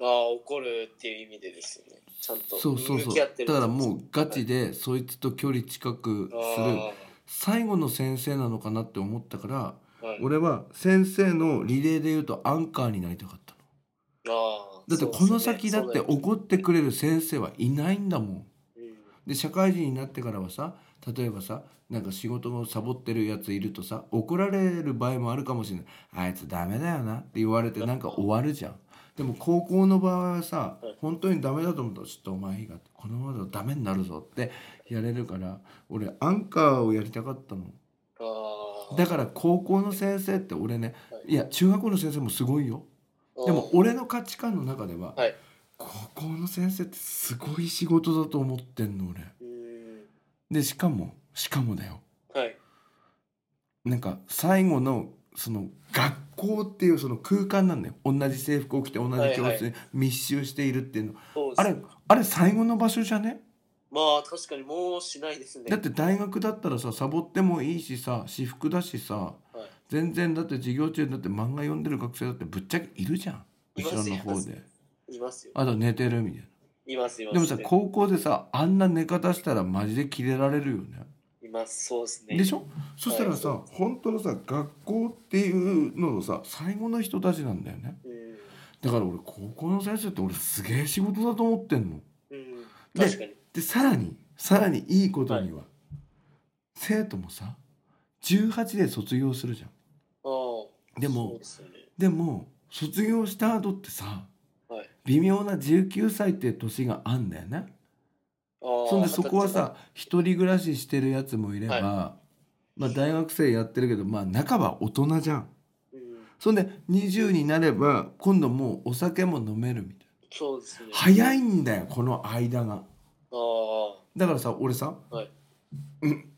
ああ怒るっていう意味でですよねちゃんと
そうそうそ
向
う
き合ってる
だからもうガチでそいつと距離近くする
あ
最後の先生なのかなって思ったから
ーはい
俺は先生のリレーで言うとアンカーになりたかった
あー
のだってこの先だって
そうすね
怒ってくれる先生はいないんだもん
そうだよね
で社会人になってからはさ例えばさなんか仕事をサボってるやついるとさ怒られる場合もあるかもしれないあいつダメだよなって言われてなんか終わるじゃんでも高校の場合はさ
はい
本当にダメだと思ったらちょっとお前いいかってこのままだとダメになるぞってやれるから俺アンカーをやりたかったの
うんあー
だから高校の先生って俺ねいや中学校の先生もすごいよでも俺の価値観の中では
はい
高校の先生ってすごい仕事だと思ってんの俺。
うん
でしかもしかもだよ
はい
なんか最後のその学校っていうその空間なんだよ同じ制服を着て同じ教室に密集しているっていうの、
そうで
あ
すね
れあれ最後の場所じゃね
まあ確かにもうしないですね
だって大学だったらさサボってもいいしさ私服だしさ
はい
全然だって授業中だって漫画読んでる学生だってぶっちゃけいるじゃん
いま
後
す
ろの方で
いますよ
あと寝てるみたい
いますいま
な
す
でもさ高校でさあんな寝方したらマジでキレられるよね
いますそうですね
でしょそしたらさ、
は
本当のさ学校っていうののさ最後の人たちなんだよね
うん
だから俺高校の先生って俺すげえ仕事だと思ってんの
うん
で
確かに
でさらにさらにいいことには、生徒もさ18で卒業するじゃん
あー
でも
そうですよね
でも卒業した後ってさ
はい
微妙な19歳っていう年があんだよね
あー
そんでそこはさ一人暮らししてるやつもいれば、まあ大学生やってるけどまあ半ば大人じゃん
うん
そんで20になれば今度もうお酒も飲めるみたい
そうですね
な早いんだよこの間が
ああ
だからさ俺さ、
はい
うん、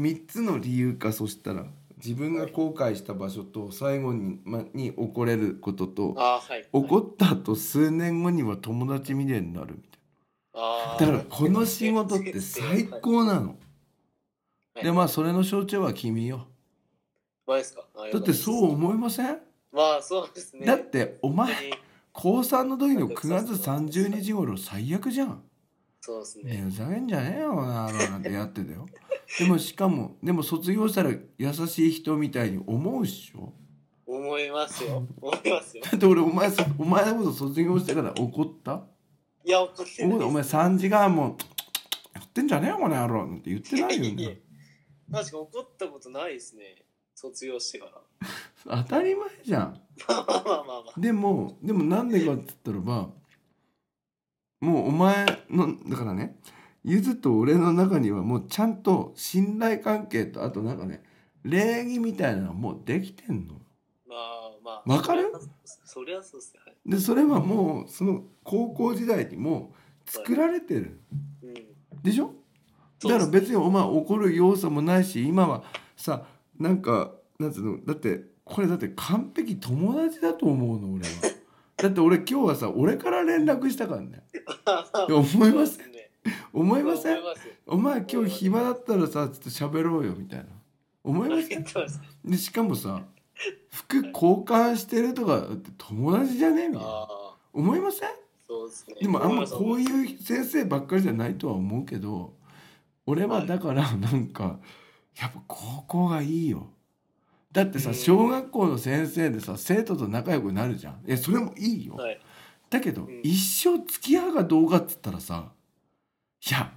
3つの理由かそしたら自分が後悔した場所と最後に,、ま、に怒れることと
あーはい
怒った後数年後には友達みたいになるみ
あ
た
ー
いなだからこの仕事って最高なの
はい
でまあそれの象徴は君よ
まあですかあーよ
だ
か
ったて
です
そう思いません
まあそうですね
だってお前
本当に
高3の時の9月30日頃最悪じゃん。
そうです
ね
ね
えふざけんじゃねえよななんてやってたよ。でもしかもでも卒業したら優しい人みたいに思うっしょ。
思いますよ思いますよ
だって俺お前そお前のこと卒業してから怒っ た
いや怒っ
お
てないです
お前3時間もやってんじゃねえよこの野郎なんて言ってないよ
いやいや
ね。
確か怒ったことないですね。卒業してから。
当たり前じゃん
まあまあまあまあまあ。
でもでもなんでかっつったらばもうお前のだからねゆずと俺の中にはもうちゃんと信頼関係とあとなんかね礼儀みたいなのはもうできてんの。
まあまあ。
わかる
そりゃそうっすね。はい。
でそれはもうその高校時代にもう作られてる
うん。
でしょ
そう
だ
っ
か
す
ら別にお前怒る要素もないし今はさなんかなんつうのだってこれだって完璧友達だと思うの俺はだって俺今日はさ俺から連絡したからねいや思いません
そうっね
思い
思
ま
い
せん
ますよ。
お前今日暇だったらさちょっと喋ろうよみたいな思いません
そうです
でしかもさ服交換してるとかだって友達じゃねえみたいな
ああ、
思いません
そうですね。
でもあんまこう
う。
いう先生ばっかりじゃないとは思うけど俺はだからなんかやっぱ高校がいいよだって
う
さ
ん
小学校の先生でさ生徒と仲良くなるじゃんいやそれもいいよ
はい。
だけど
ん
一生付き合うかどうかっつったらさいや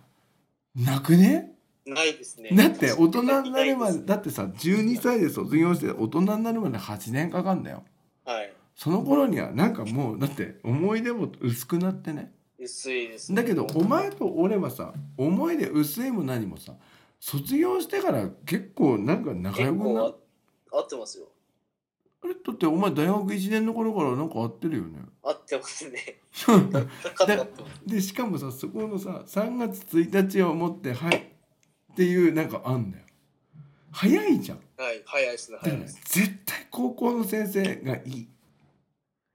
なくね
ないですね。
だって大人になるま
い
でだってさ12歳で卒業して大人になるまで8年かかんだよ
ないです。
その頃にはなんかもうだって思い出も薄くなってね
はい。薄いです、
だけどお前と俺はさ思い出薄いも何もさ卒業してから結構なんか仲
結
良くな
構あ合ってますよ。
あれだってお前大学1年の頃からなんか会ってるよ ね
合ってますね。高かった。
でしかもさそこのさ3月1日をもって「はい」っていうなんかあんだよ早いじゃん
はい、早いですね、
だ
早
か
い
ら
です。
絶対高校の先生がいい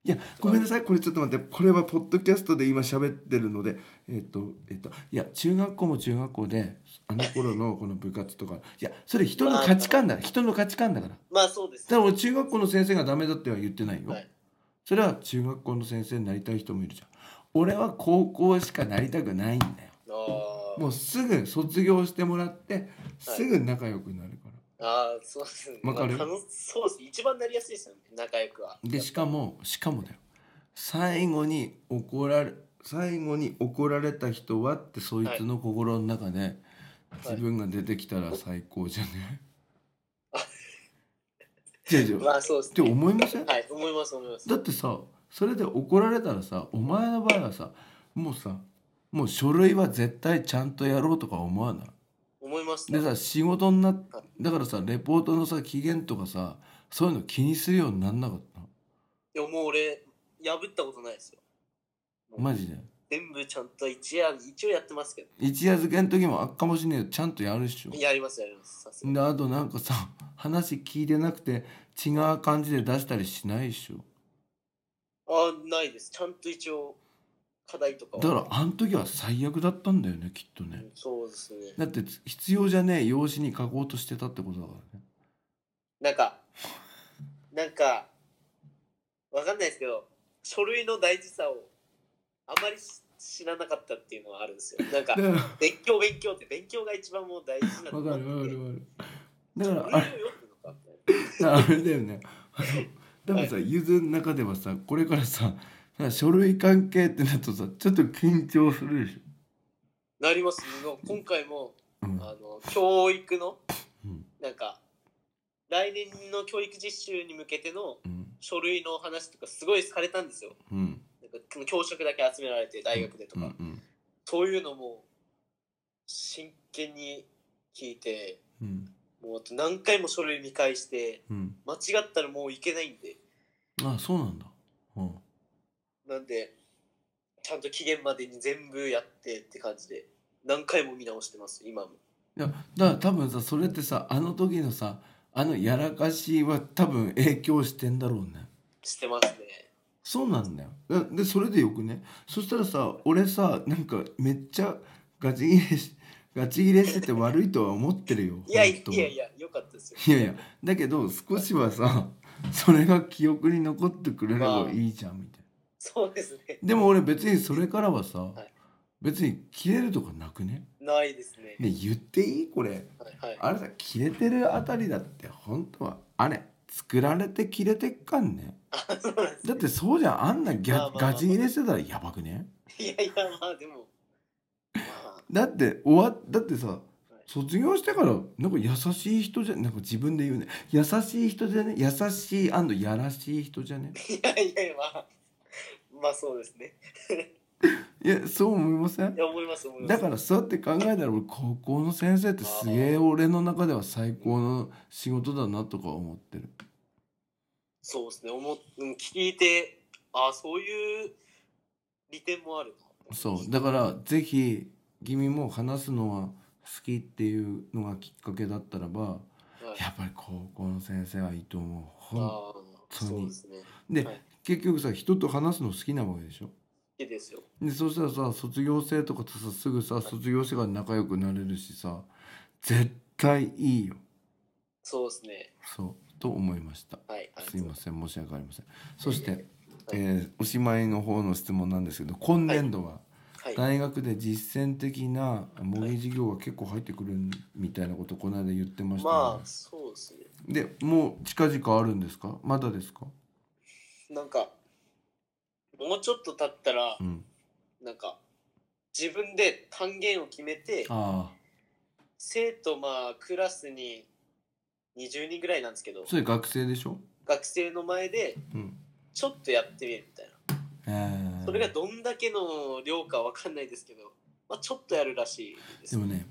いやごめんなさいこれちょっと待ってこれはポッドキャストで今喋ってるのでえっ、とえっ、といや中学校も中学校であの頃のこの部活とかいやそれ人の価値観だ人の価値観だからだか
まあそうです。
ら俺中学校の先生がダメだっては言ってないよ、
はい
それは中学校の先生になりたい人もいるじゃん俺は高校しかなりたくないんだよ
あー
もうすぐ卒業してもらってすぐ仲良くなるから、
あー、そうですね。
わかる
まあ楽しそうです。一番なりやすいですよね、仲良くは。
でしかもしかもだよ最後に怒られ最後に怒られた人はってそいつの心の中で、自分が出てきたら最高じゃね、違う違うっ
まあ そうです
て
ね。
思いません、
はい、思います、思います。
だってさそれで怒られたらさお前の場合はさもうさもう書類は絶対ちゃんとやろうとか思わない
思います、
でさ仕事になっだからさレポートのさ期限とかさそういうの気にするようになんなかった
いや、もう俺、破ったことないですよ。
マジで
全部ちゃんと一夜、一応やってますけど。
一夜漬けの時もあっかもしんねえよちゃんとやるっしょ
やります、やります。さすがに
であとなんかさ話聞いてなくて違う感じで出したりしないっしょ
あー、ないです。ちゃんと一応、課題とかは
だからあの時は最悪だったんだよねきっとね
うんそうですね。
だって必要じゃねえ用紙に書こうとしてたってことだからね
なんか、なんか、わかんないですけど、書類の大事さをあまりし知らなかったっていうのはあるんですよ。なんか、
だか
勉強勉強って勉強が一番もう大事な
ら
ん
わ
だ
か
なっ
る
て
わかるわかるだからあ
書
れ
類を読むのかみたい
あれだよねあのでもさゆずの中ではさこれからさなんか書類関係ってなるとさちょっと緊張するでし
ななりますの今回も
ょ、うん、
あの教育の
うん
なんか来年の教育実習に向けての
うん
書類の話とかすごいされたんですよ
うん
なんか教職だけ集められて大学でと
う
か、
んうん
そういうのも真剣に聞いて
うん
もう何回も書類見返して
うん
間違ったらもういけないんで
あそうなんだうん
なんでちゃんと期限までに全部やってって感じで何回も見直してます今も
いやだから多分さそれってさあの時のさあのやらかしは多分影響してんだろうね
してますね
そうなんだよだでそれでよくねそしたらさ俺さなんかめっちゃガチギレしガチギレしてて悪いとは思ってるよ
いや
本
い
当
や
はい
やいやよかったですよ
いやいやだけど少しはさそれが記憶に残ってくれればいいじゃんみたい
そうですね
なでも俺別にそれからはさ、
い
別に切れるとかなくね
ないですね
ね言っていいこれ
はい、はい、
あれさ切れてるあたりだって本当はあれ作られて切れてっかんね
あそうなんです
だってそうじゃんあんなギャ
まあまあまあ
ガチ切れしてたらやばくね
いやいやまあでもまあ
だって終わっだってさ卒業してからなんか優しい人じゃなんか自分で言うね優しい人じゃね優しいやらしい人じゃね
いやいやいや、まあ、まあそうですね。
いやそう思いません
いや、思います、思います。
だからそうやって考えたら俺高校の先生ってすげえ俺の中では最高の仕事だなとか思ってる
そうですね、思っうん聞いて、あそういう利点もあるな
そうだからぜひ君も話すのは好きっていうのがきっかけだったらば
はい、
やっぱり高校の先生はいいと思うほ
あ
当に
そうですね。
んで、
はい
結局さ人と話すの好きなわけでしょ
いいですよ。
でそしたらさ卒業生とかとさすぐさ卒業してから仲良くなれるしさ絶対いいよ
そうですね。
そうと思いました
はい。ありが
す
と
いう
ござ
ま
ます。
せん申し訳ありませんそして、えーおしまいの方の質問なんですけど今年度は
はい。
大学で実践的な模擬授業が結構入ってくるみたいなことこの間言ってましたね、
まあ、そうですね。
でもう近々あるんですかまだですか
なんか、もうちょっと経ったら
う、ん
なんか、自分で単元を決めて、
ああ
生徒、まあ、クラスに20人ぐらいなんですけど、
それ学生でしょ
学生の前で、
うん
ちょっとやってみるみたいな。
えー
それがどんだけの量かわかんないですけど、まあ、ちょっとやるらしいです。
でもね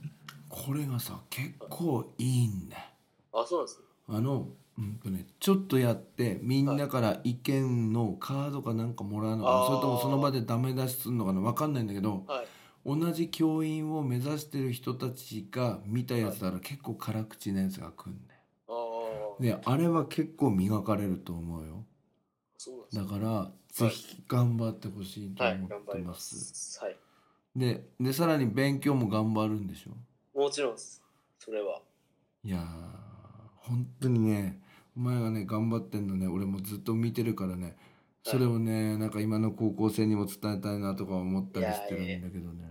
これがさ結構いいんだよ
あ、そうなんですね。
あのうんとねちょっとやってみんなから意見のカードかなんかもらうのかな、
あー
それともその場でダメ出しするのかな分かんないんだけど
はい。
同じ教員を目指してる人たちが見たやつだから結構辛口なやつが来るんだよ。
ああ、
であれは結構磨かれると思うよ
そうなんです
だ
ね。
からぜひ頑張ってほしいと
はい、
思
頑
っ
張
て
り
ま,、
ますす。はい。
ででさらに勉強も頑張るんでしょ
もちろんです。それは。
いやー本当にねお前がね頑張ってんのね俺もずっと見てるからねそれをね、なんか今の高校生にも伝えたいなとか思ったりしてるんだけどね、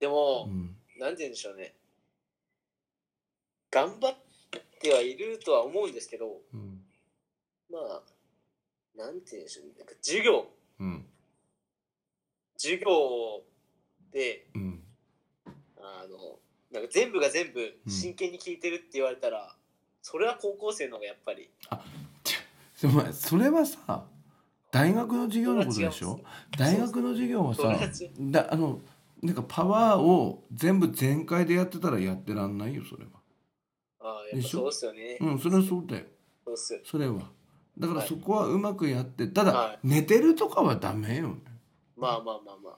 で
う
も、
ん、
なんて言うんでしょうね。頑張ってはいるとは思うんですけど、
うん
まあ、なんて言うんでしょうね。なんか授業、
うん
授業で、
うん
あの、なんか全部が全部
うん
真剣に聞いてるって言われたら、それは高校生の方がやっぱり。
お前それはさ大学の授業のことでしょ大学の授業は
そう
さ
です
だあのなんかパワーを全部全開でやってたらやってらんないよそれは
ああ、やっ
で
ぱ
しょ
そうっすよね。
うんそれはそうだよ
そうっすよね。
それはだから
はい
そこはうまくやってただ、
はい
寝てるとかはダメよね
まあまあまあ ま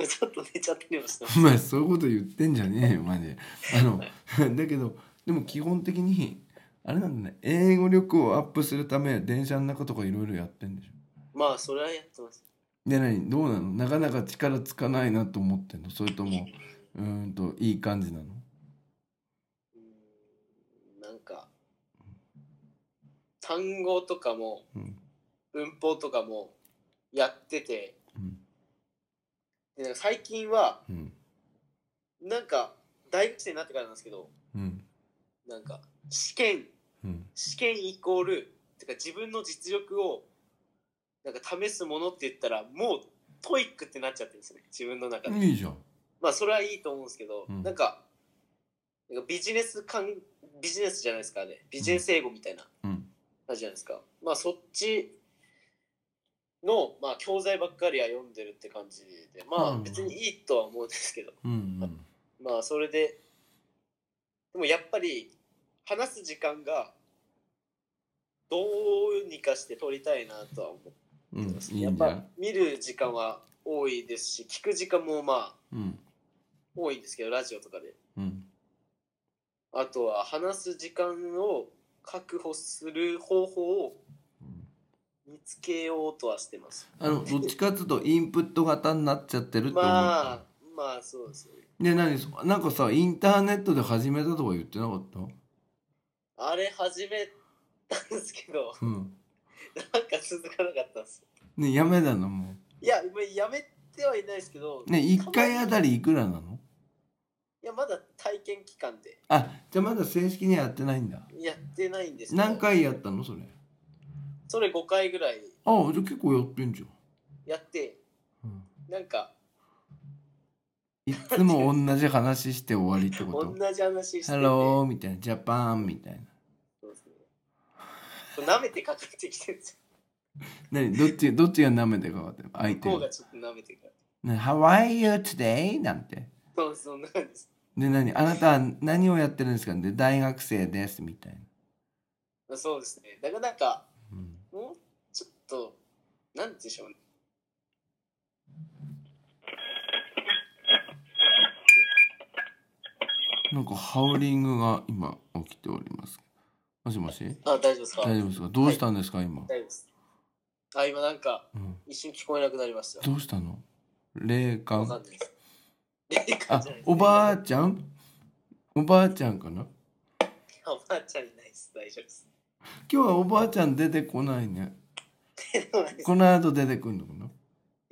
あ。ちょっと寝ちゃってりまし た。
お前そういうこと言ってんじゃねえよマジであの
は
だけどでも基本的にあれなんだね英語力をアップするため電車の中とかいろいろやってんでしょ
まあ、それはやってます。
で何どうなのなかなか力つかないなと思ってんのそれともうーんといい感じなの
うんなんか、単語とかも、
うん
文法とかもやってて、
うん
でなんか最近は、
うん
なんか、大学生になってからなんですけど、
うん
なんか、試験、
うん
試験イコール、てか自分の実力を、なんか試すものって言ったら、もう、トイックってなっちゃってるんですね、自分の中で。
いいじゃん
まあそれはいいと思うんですけど、
うん
なんかなんかビジネス感ビジネスじゃないですかねビジネス英語みたいな
うん
感じじゃないですか、まあそっちの、まあ、教材ばっかりは読んでるって感じでま
う
あ
ん
別にいいとは思うんですけど、
うん
まあそれででもやっぱり話す時間がどうにかして取りたいなとは思っ
うんう
て
ん
ます、
いい
やっ
んじゃ
ぱ
ん
見る時間は多いですし聞く時間もまあ
うん
多いんですけどラジオとかで
うん
あとは話す時間を確保する方法を見つけようとはしてます。
あのどっちかっていうとインプット型になっちゃってるって思う、
まあ、まあそうですよね。
で何そなんかさインターネットで始めたとか言ってなかった
あれ始めたんですけど、
うん
なんか続かなかったんですよ。
ねやめたのも
いや、もうやめてはいないですけど、
うね1回あたりいくらなの
いや、まだ体験期間で
あじゃあまだ正式にはやってないんだ
やってないんですけど、
何回やったのそれ
それ5回ぐらい
ああじゃあ結構やってんじゃん、
やって、
うん、
なんか、
いっつも同じ話して終わりってこと
同じ話して
ハローみたいなジャパンみたいな
そうですねこれ舐めてかかってきてるんです
何どっちどっちが舐めてかかってる相
よ
手
向こう
が
がちょっと舐めてかかって
ね How are you today? なんて
そうそんな感じです
で何あなたは何をやってるんですかで大学生ですみたいな、
そうですねだからなんか
うん
もうちょっとなんでしょうね
なんかハウリングが今起きておりますもしもし
あ大丈夫ですか
大丈夫ですかどうしたんですか今、
大丈夫ですあ今なんか
うん、
一瞬聞こえなくなりました
どうしたの霊感
わかんないです霊感
あ
じゃないです
おばあちゃんおばあちゃんかな
おばあちゃんいないです大丈夫です
今日はおばあちゃん出てこないね
出てこないです
この後出てくるのかない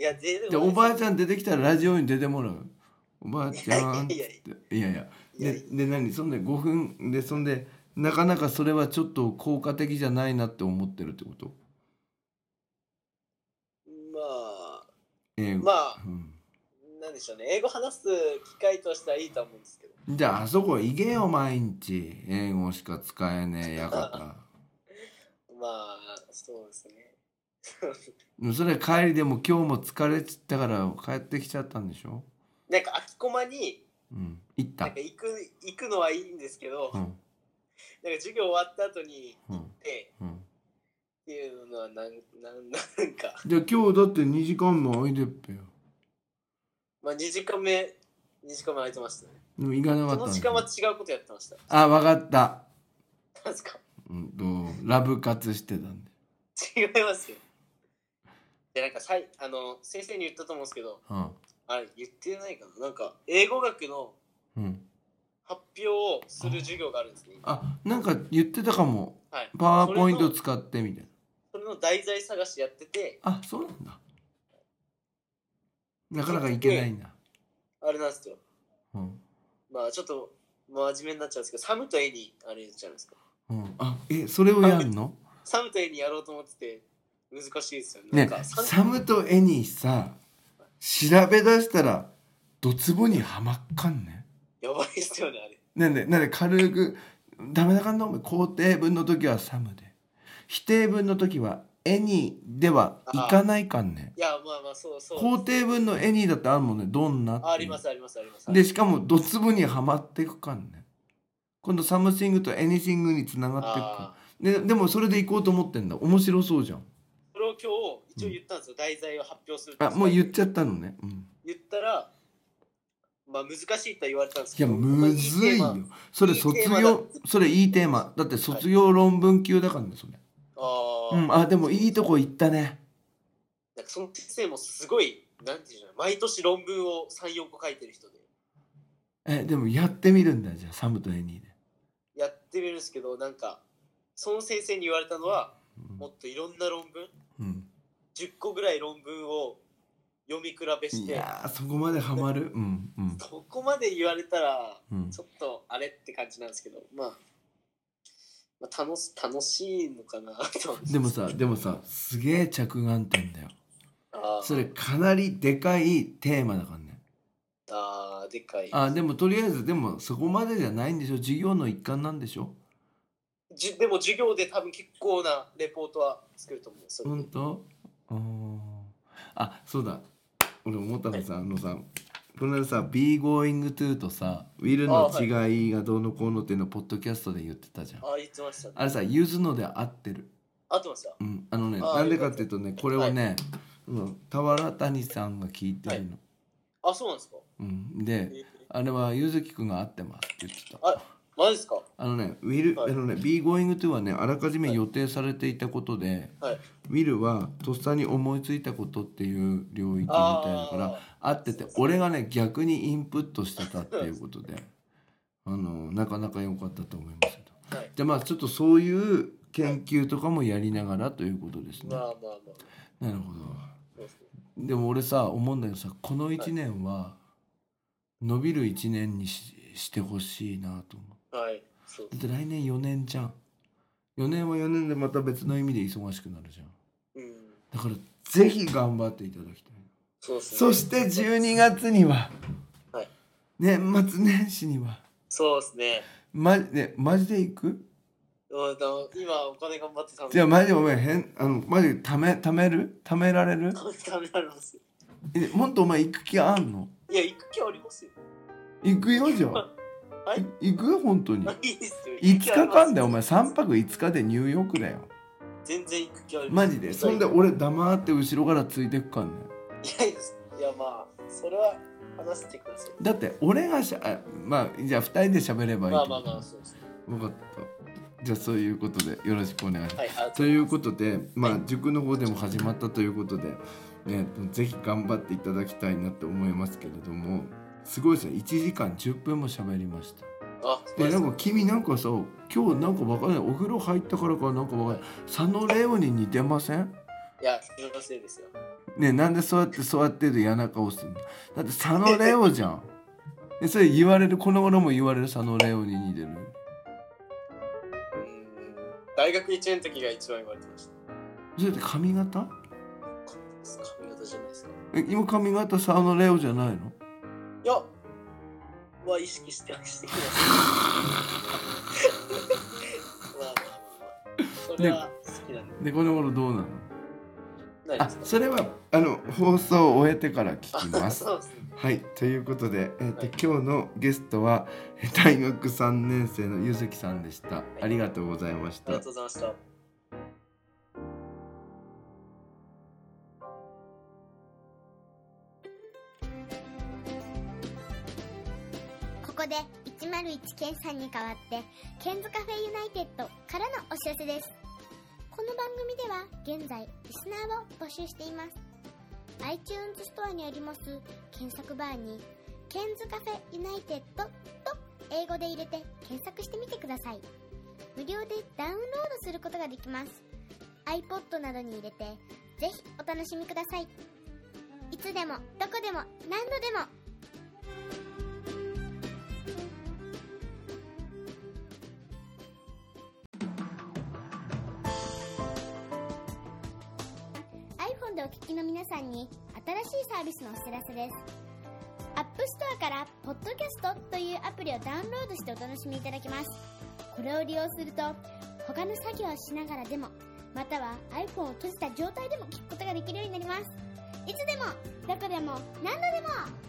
や出てこない
じゃあおばあ
ち
ちゃん出てきたらラジオに出てもらうおばあちゃんっつ
いや
っていやいや
いや
でで何そんで5分でそんでなかなかそれはちょっと効果的じゃないなって思ってるってこと
まあ
英語、
まあ
うん
なんでしょうね英語話す機会としてはいいと思うんですけど
じゃああそこ行けよ毎日英語しか使えねえやか
まあそうですね
たそれ帰りでも今日も疲れちったから帰ってきちゃったんでしょ
なんか秋駒に
うん行っ
な
た
んか行く行くのはいいんですけど、
う
なんか
ん
授業終わった後に
うん
で
うん
っていうのはなんなんなんか、
じゃあ今日だって2時間も空いてっぺよ
まあ、2時間目2時間目空いてましたね
でも行かなかった
そ
ん
の
で
時
し
間
ょ
は違うことやってました
あわかった
なんですか
うんとラブ活してたんで
違いますよでなんかさいあの先生に言ったと思うんですけど
うん
あれ言ってないかななんか英語学の
うん
発表をする授業があるんですね
あなんか言ってたかも
はい
パワーポイント
それの
使ってみたいな
それの題材探しやってて
あそうなんだなかなか行けないんだ、
あれなんですよ
うん
まあちょっと真面目になっちゃうんですけどサムとエにあれじゃないですか
うん、あえそれをやんの
サムとエにやろうと思ってて難しいですよね
ね
なんかサム
サムとエニーさ調べ出したらドツボにはまっかんね
やばいですよねあれ
なんでなんで軽く「ダメだかんのお前肯定文の時はサムで否定文の時はエニーではいかないかんね
いやまあまあそうそう
肯定文のエニーだってあるもんねどんなっていう
ありますありますあります
でしかもドツボにはまっていくかんね今度サムシングとエニシングにつながっていく
あ
か
ー
ででもそれで行こうと思ってんだ面白そうじゃん
それを今日一応言ったんですよ、題材を発表する
あもう言っ
っ
ちゃったのね、うん、
言ったらまあ難しいとは言われたんです
い
け
や
ど
むずい
まあ
よそれ
いい
卒
テーマだ
業それいいテーマだって卒業論文級だからねそれ、
あー、
うん、あでもいいとこ行ったね
なんかその先生もすごいなんていうの毎年論文を34個書いてる人で
えでもやってみるんだじゃあサムとエニーで、
やってみるんですけどなんかその先生に言われたのは
うん
もっといろんな論文
うん
10個ぐらい論文を読み比べし
い
て
やーそこまでハマ るうんうん
そこまで言われたら
うん
ちょっとあれって感じなんですけどまあ、まあ、楽し楽しいのかなと思って
でもさでもさすげえ着眼点だよ
あー
それかなりでかいテーマだからね
あーでかい
あでもとりあえずでもそこまでじゃないんでしょ授業の一環なんでしょ
じでも授業で多分結構なレポートは作ると思うそれで
本当あーあそうだ俺思ったのさ、あのさこの間さ「BeGoingTo」とさ「Will の違いがどうのこうの」っていうのをポッドキャストで言ってたじゃん、
ああ言ってましたね
あれさゆずので合ってる
合ってました
うんあのね
あー
なんでかっていうとねこれをね、うん、田原谷さんが聞いてるの、
あそうなんですか、
うん
え
で
ー
あれはゆずきくんが合ってますって言ってた
あマジですか
あのね、ウィル、
はい
あのね、B going to はね、あらかじめ
はい
予定されていたことで、
はい
ウィルはとっさに思いついたことっていう領域みたいだから、合ってて
そう、そう
俺がね、逆にインプットしてたっていうことで、あの、なかなか良かったと思いますけど。
はい
で、まあ、ちょっとそういう研究とかもやりながらということですね。
まあまあまあ
なるほ
そうですね
ど。でも俺さ、思うんだけどさ、この1年は、伸びる1年にししてほしいなと思う。
はいそう
だ
で
っ
す
て来年4年じゃん4年は4年でまた別の意味で忙しくなるじゃん
うん
だからぜひ頑張っていただきたい
そうですね
そして12月には
はい
年末年始には
そうですね。
まねマジで行く
うんでも今お金頑張ってたんで。
じゃあマジでお前変あのマジでため貯める貯められる
食べられますよ。
えもっとお前行く気あんの
いや、行く気ありますよ。
行くよじゃあ
はい。
い行くよ本当に
あいいです
5
よ。行く
日
気あります
間でお前3泊5日でニューヨークだよ
全然行く気あります。
マジでそんで俺黙って後ろからついてくかんね
いやいや、いやまあ、それは話してください。
だって俺がしゃあまあじゃあ2人で喋ればいい
まあ
って
ま
こ
あ
と
まあ、そうですね。
分かったじゃあそういうことでよろしくお願いします
はい、ありがとうございます
ということで、ま
は
あ
い、
塾の方でも始まったということで、ね、ぜひ頑張っていただきたいなと思いますけれどもすごいですね1時間10分も喋りました
あ、そう
で
です
な
か
んか君なんかさ今日なんかわかんないお風呂入ったからかなんかわかんない佐野レオに似てません
いや、気のせいですよ。
ねなんでそうやってそうやってる嫌な顔するのだって佐野レオじゃん でそれ言われるこの頃も言われる佐野レオに似てる
うん大学1年の時が一番言われてました。
それって髪型
髪型じゃないですか。
え今髪型佐野レオじゃないの
いや、まあ意識してはしてきます。まあまあまあまあ、それは好きなんで、
でこの頃どうなの
ない
あ
ですか。
それはあの放送を終えてから聞きます。
そうですね。
はいということで、えーと
はい
今日のゲストはえー大学3年生のゆずきさんでした。ありがとうございまし
あ
た
りが。とうございました。
ここで101ケンさんに代わってケンズカフェユナイテッドからのお知らせですこの番組では現在リスナーを募集しています iTunes ストアにあります検索バーに「ケンズカフェユナイテッド」と英語で入れて検索してみてください無料でダウンロードすることができます iPod などに入れてぜひお楽しみくださいいつでもどこでも何度でもiPhone でお聞きの皆さんに新しいサービスのお知らせです App Store から「Podcast」というアプリをダウンロードしてお楽しみいただけますこれを利用すると他の作業をしながらでもまたは iPhone を閉じた状態でも聞くことができるようになりますいつでもどこでも何度でも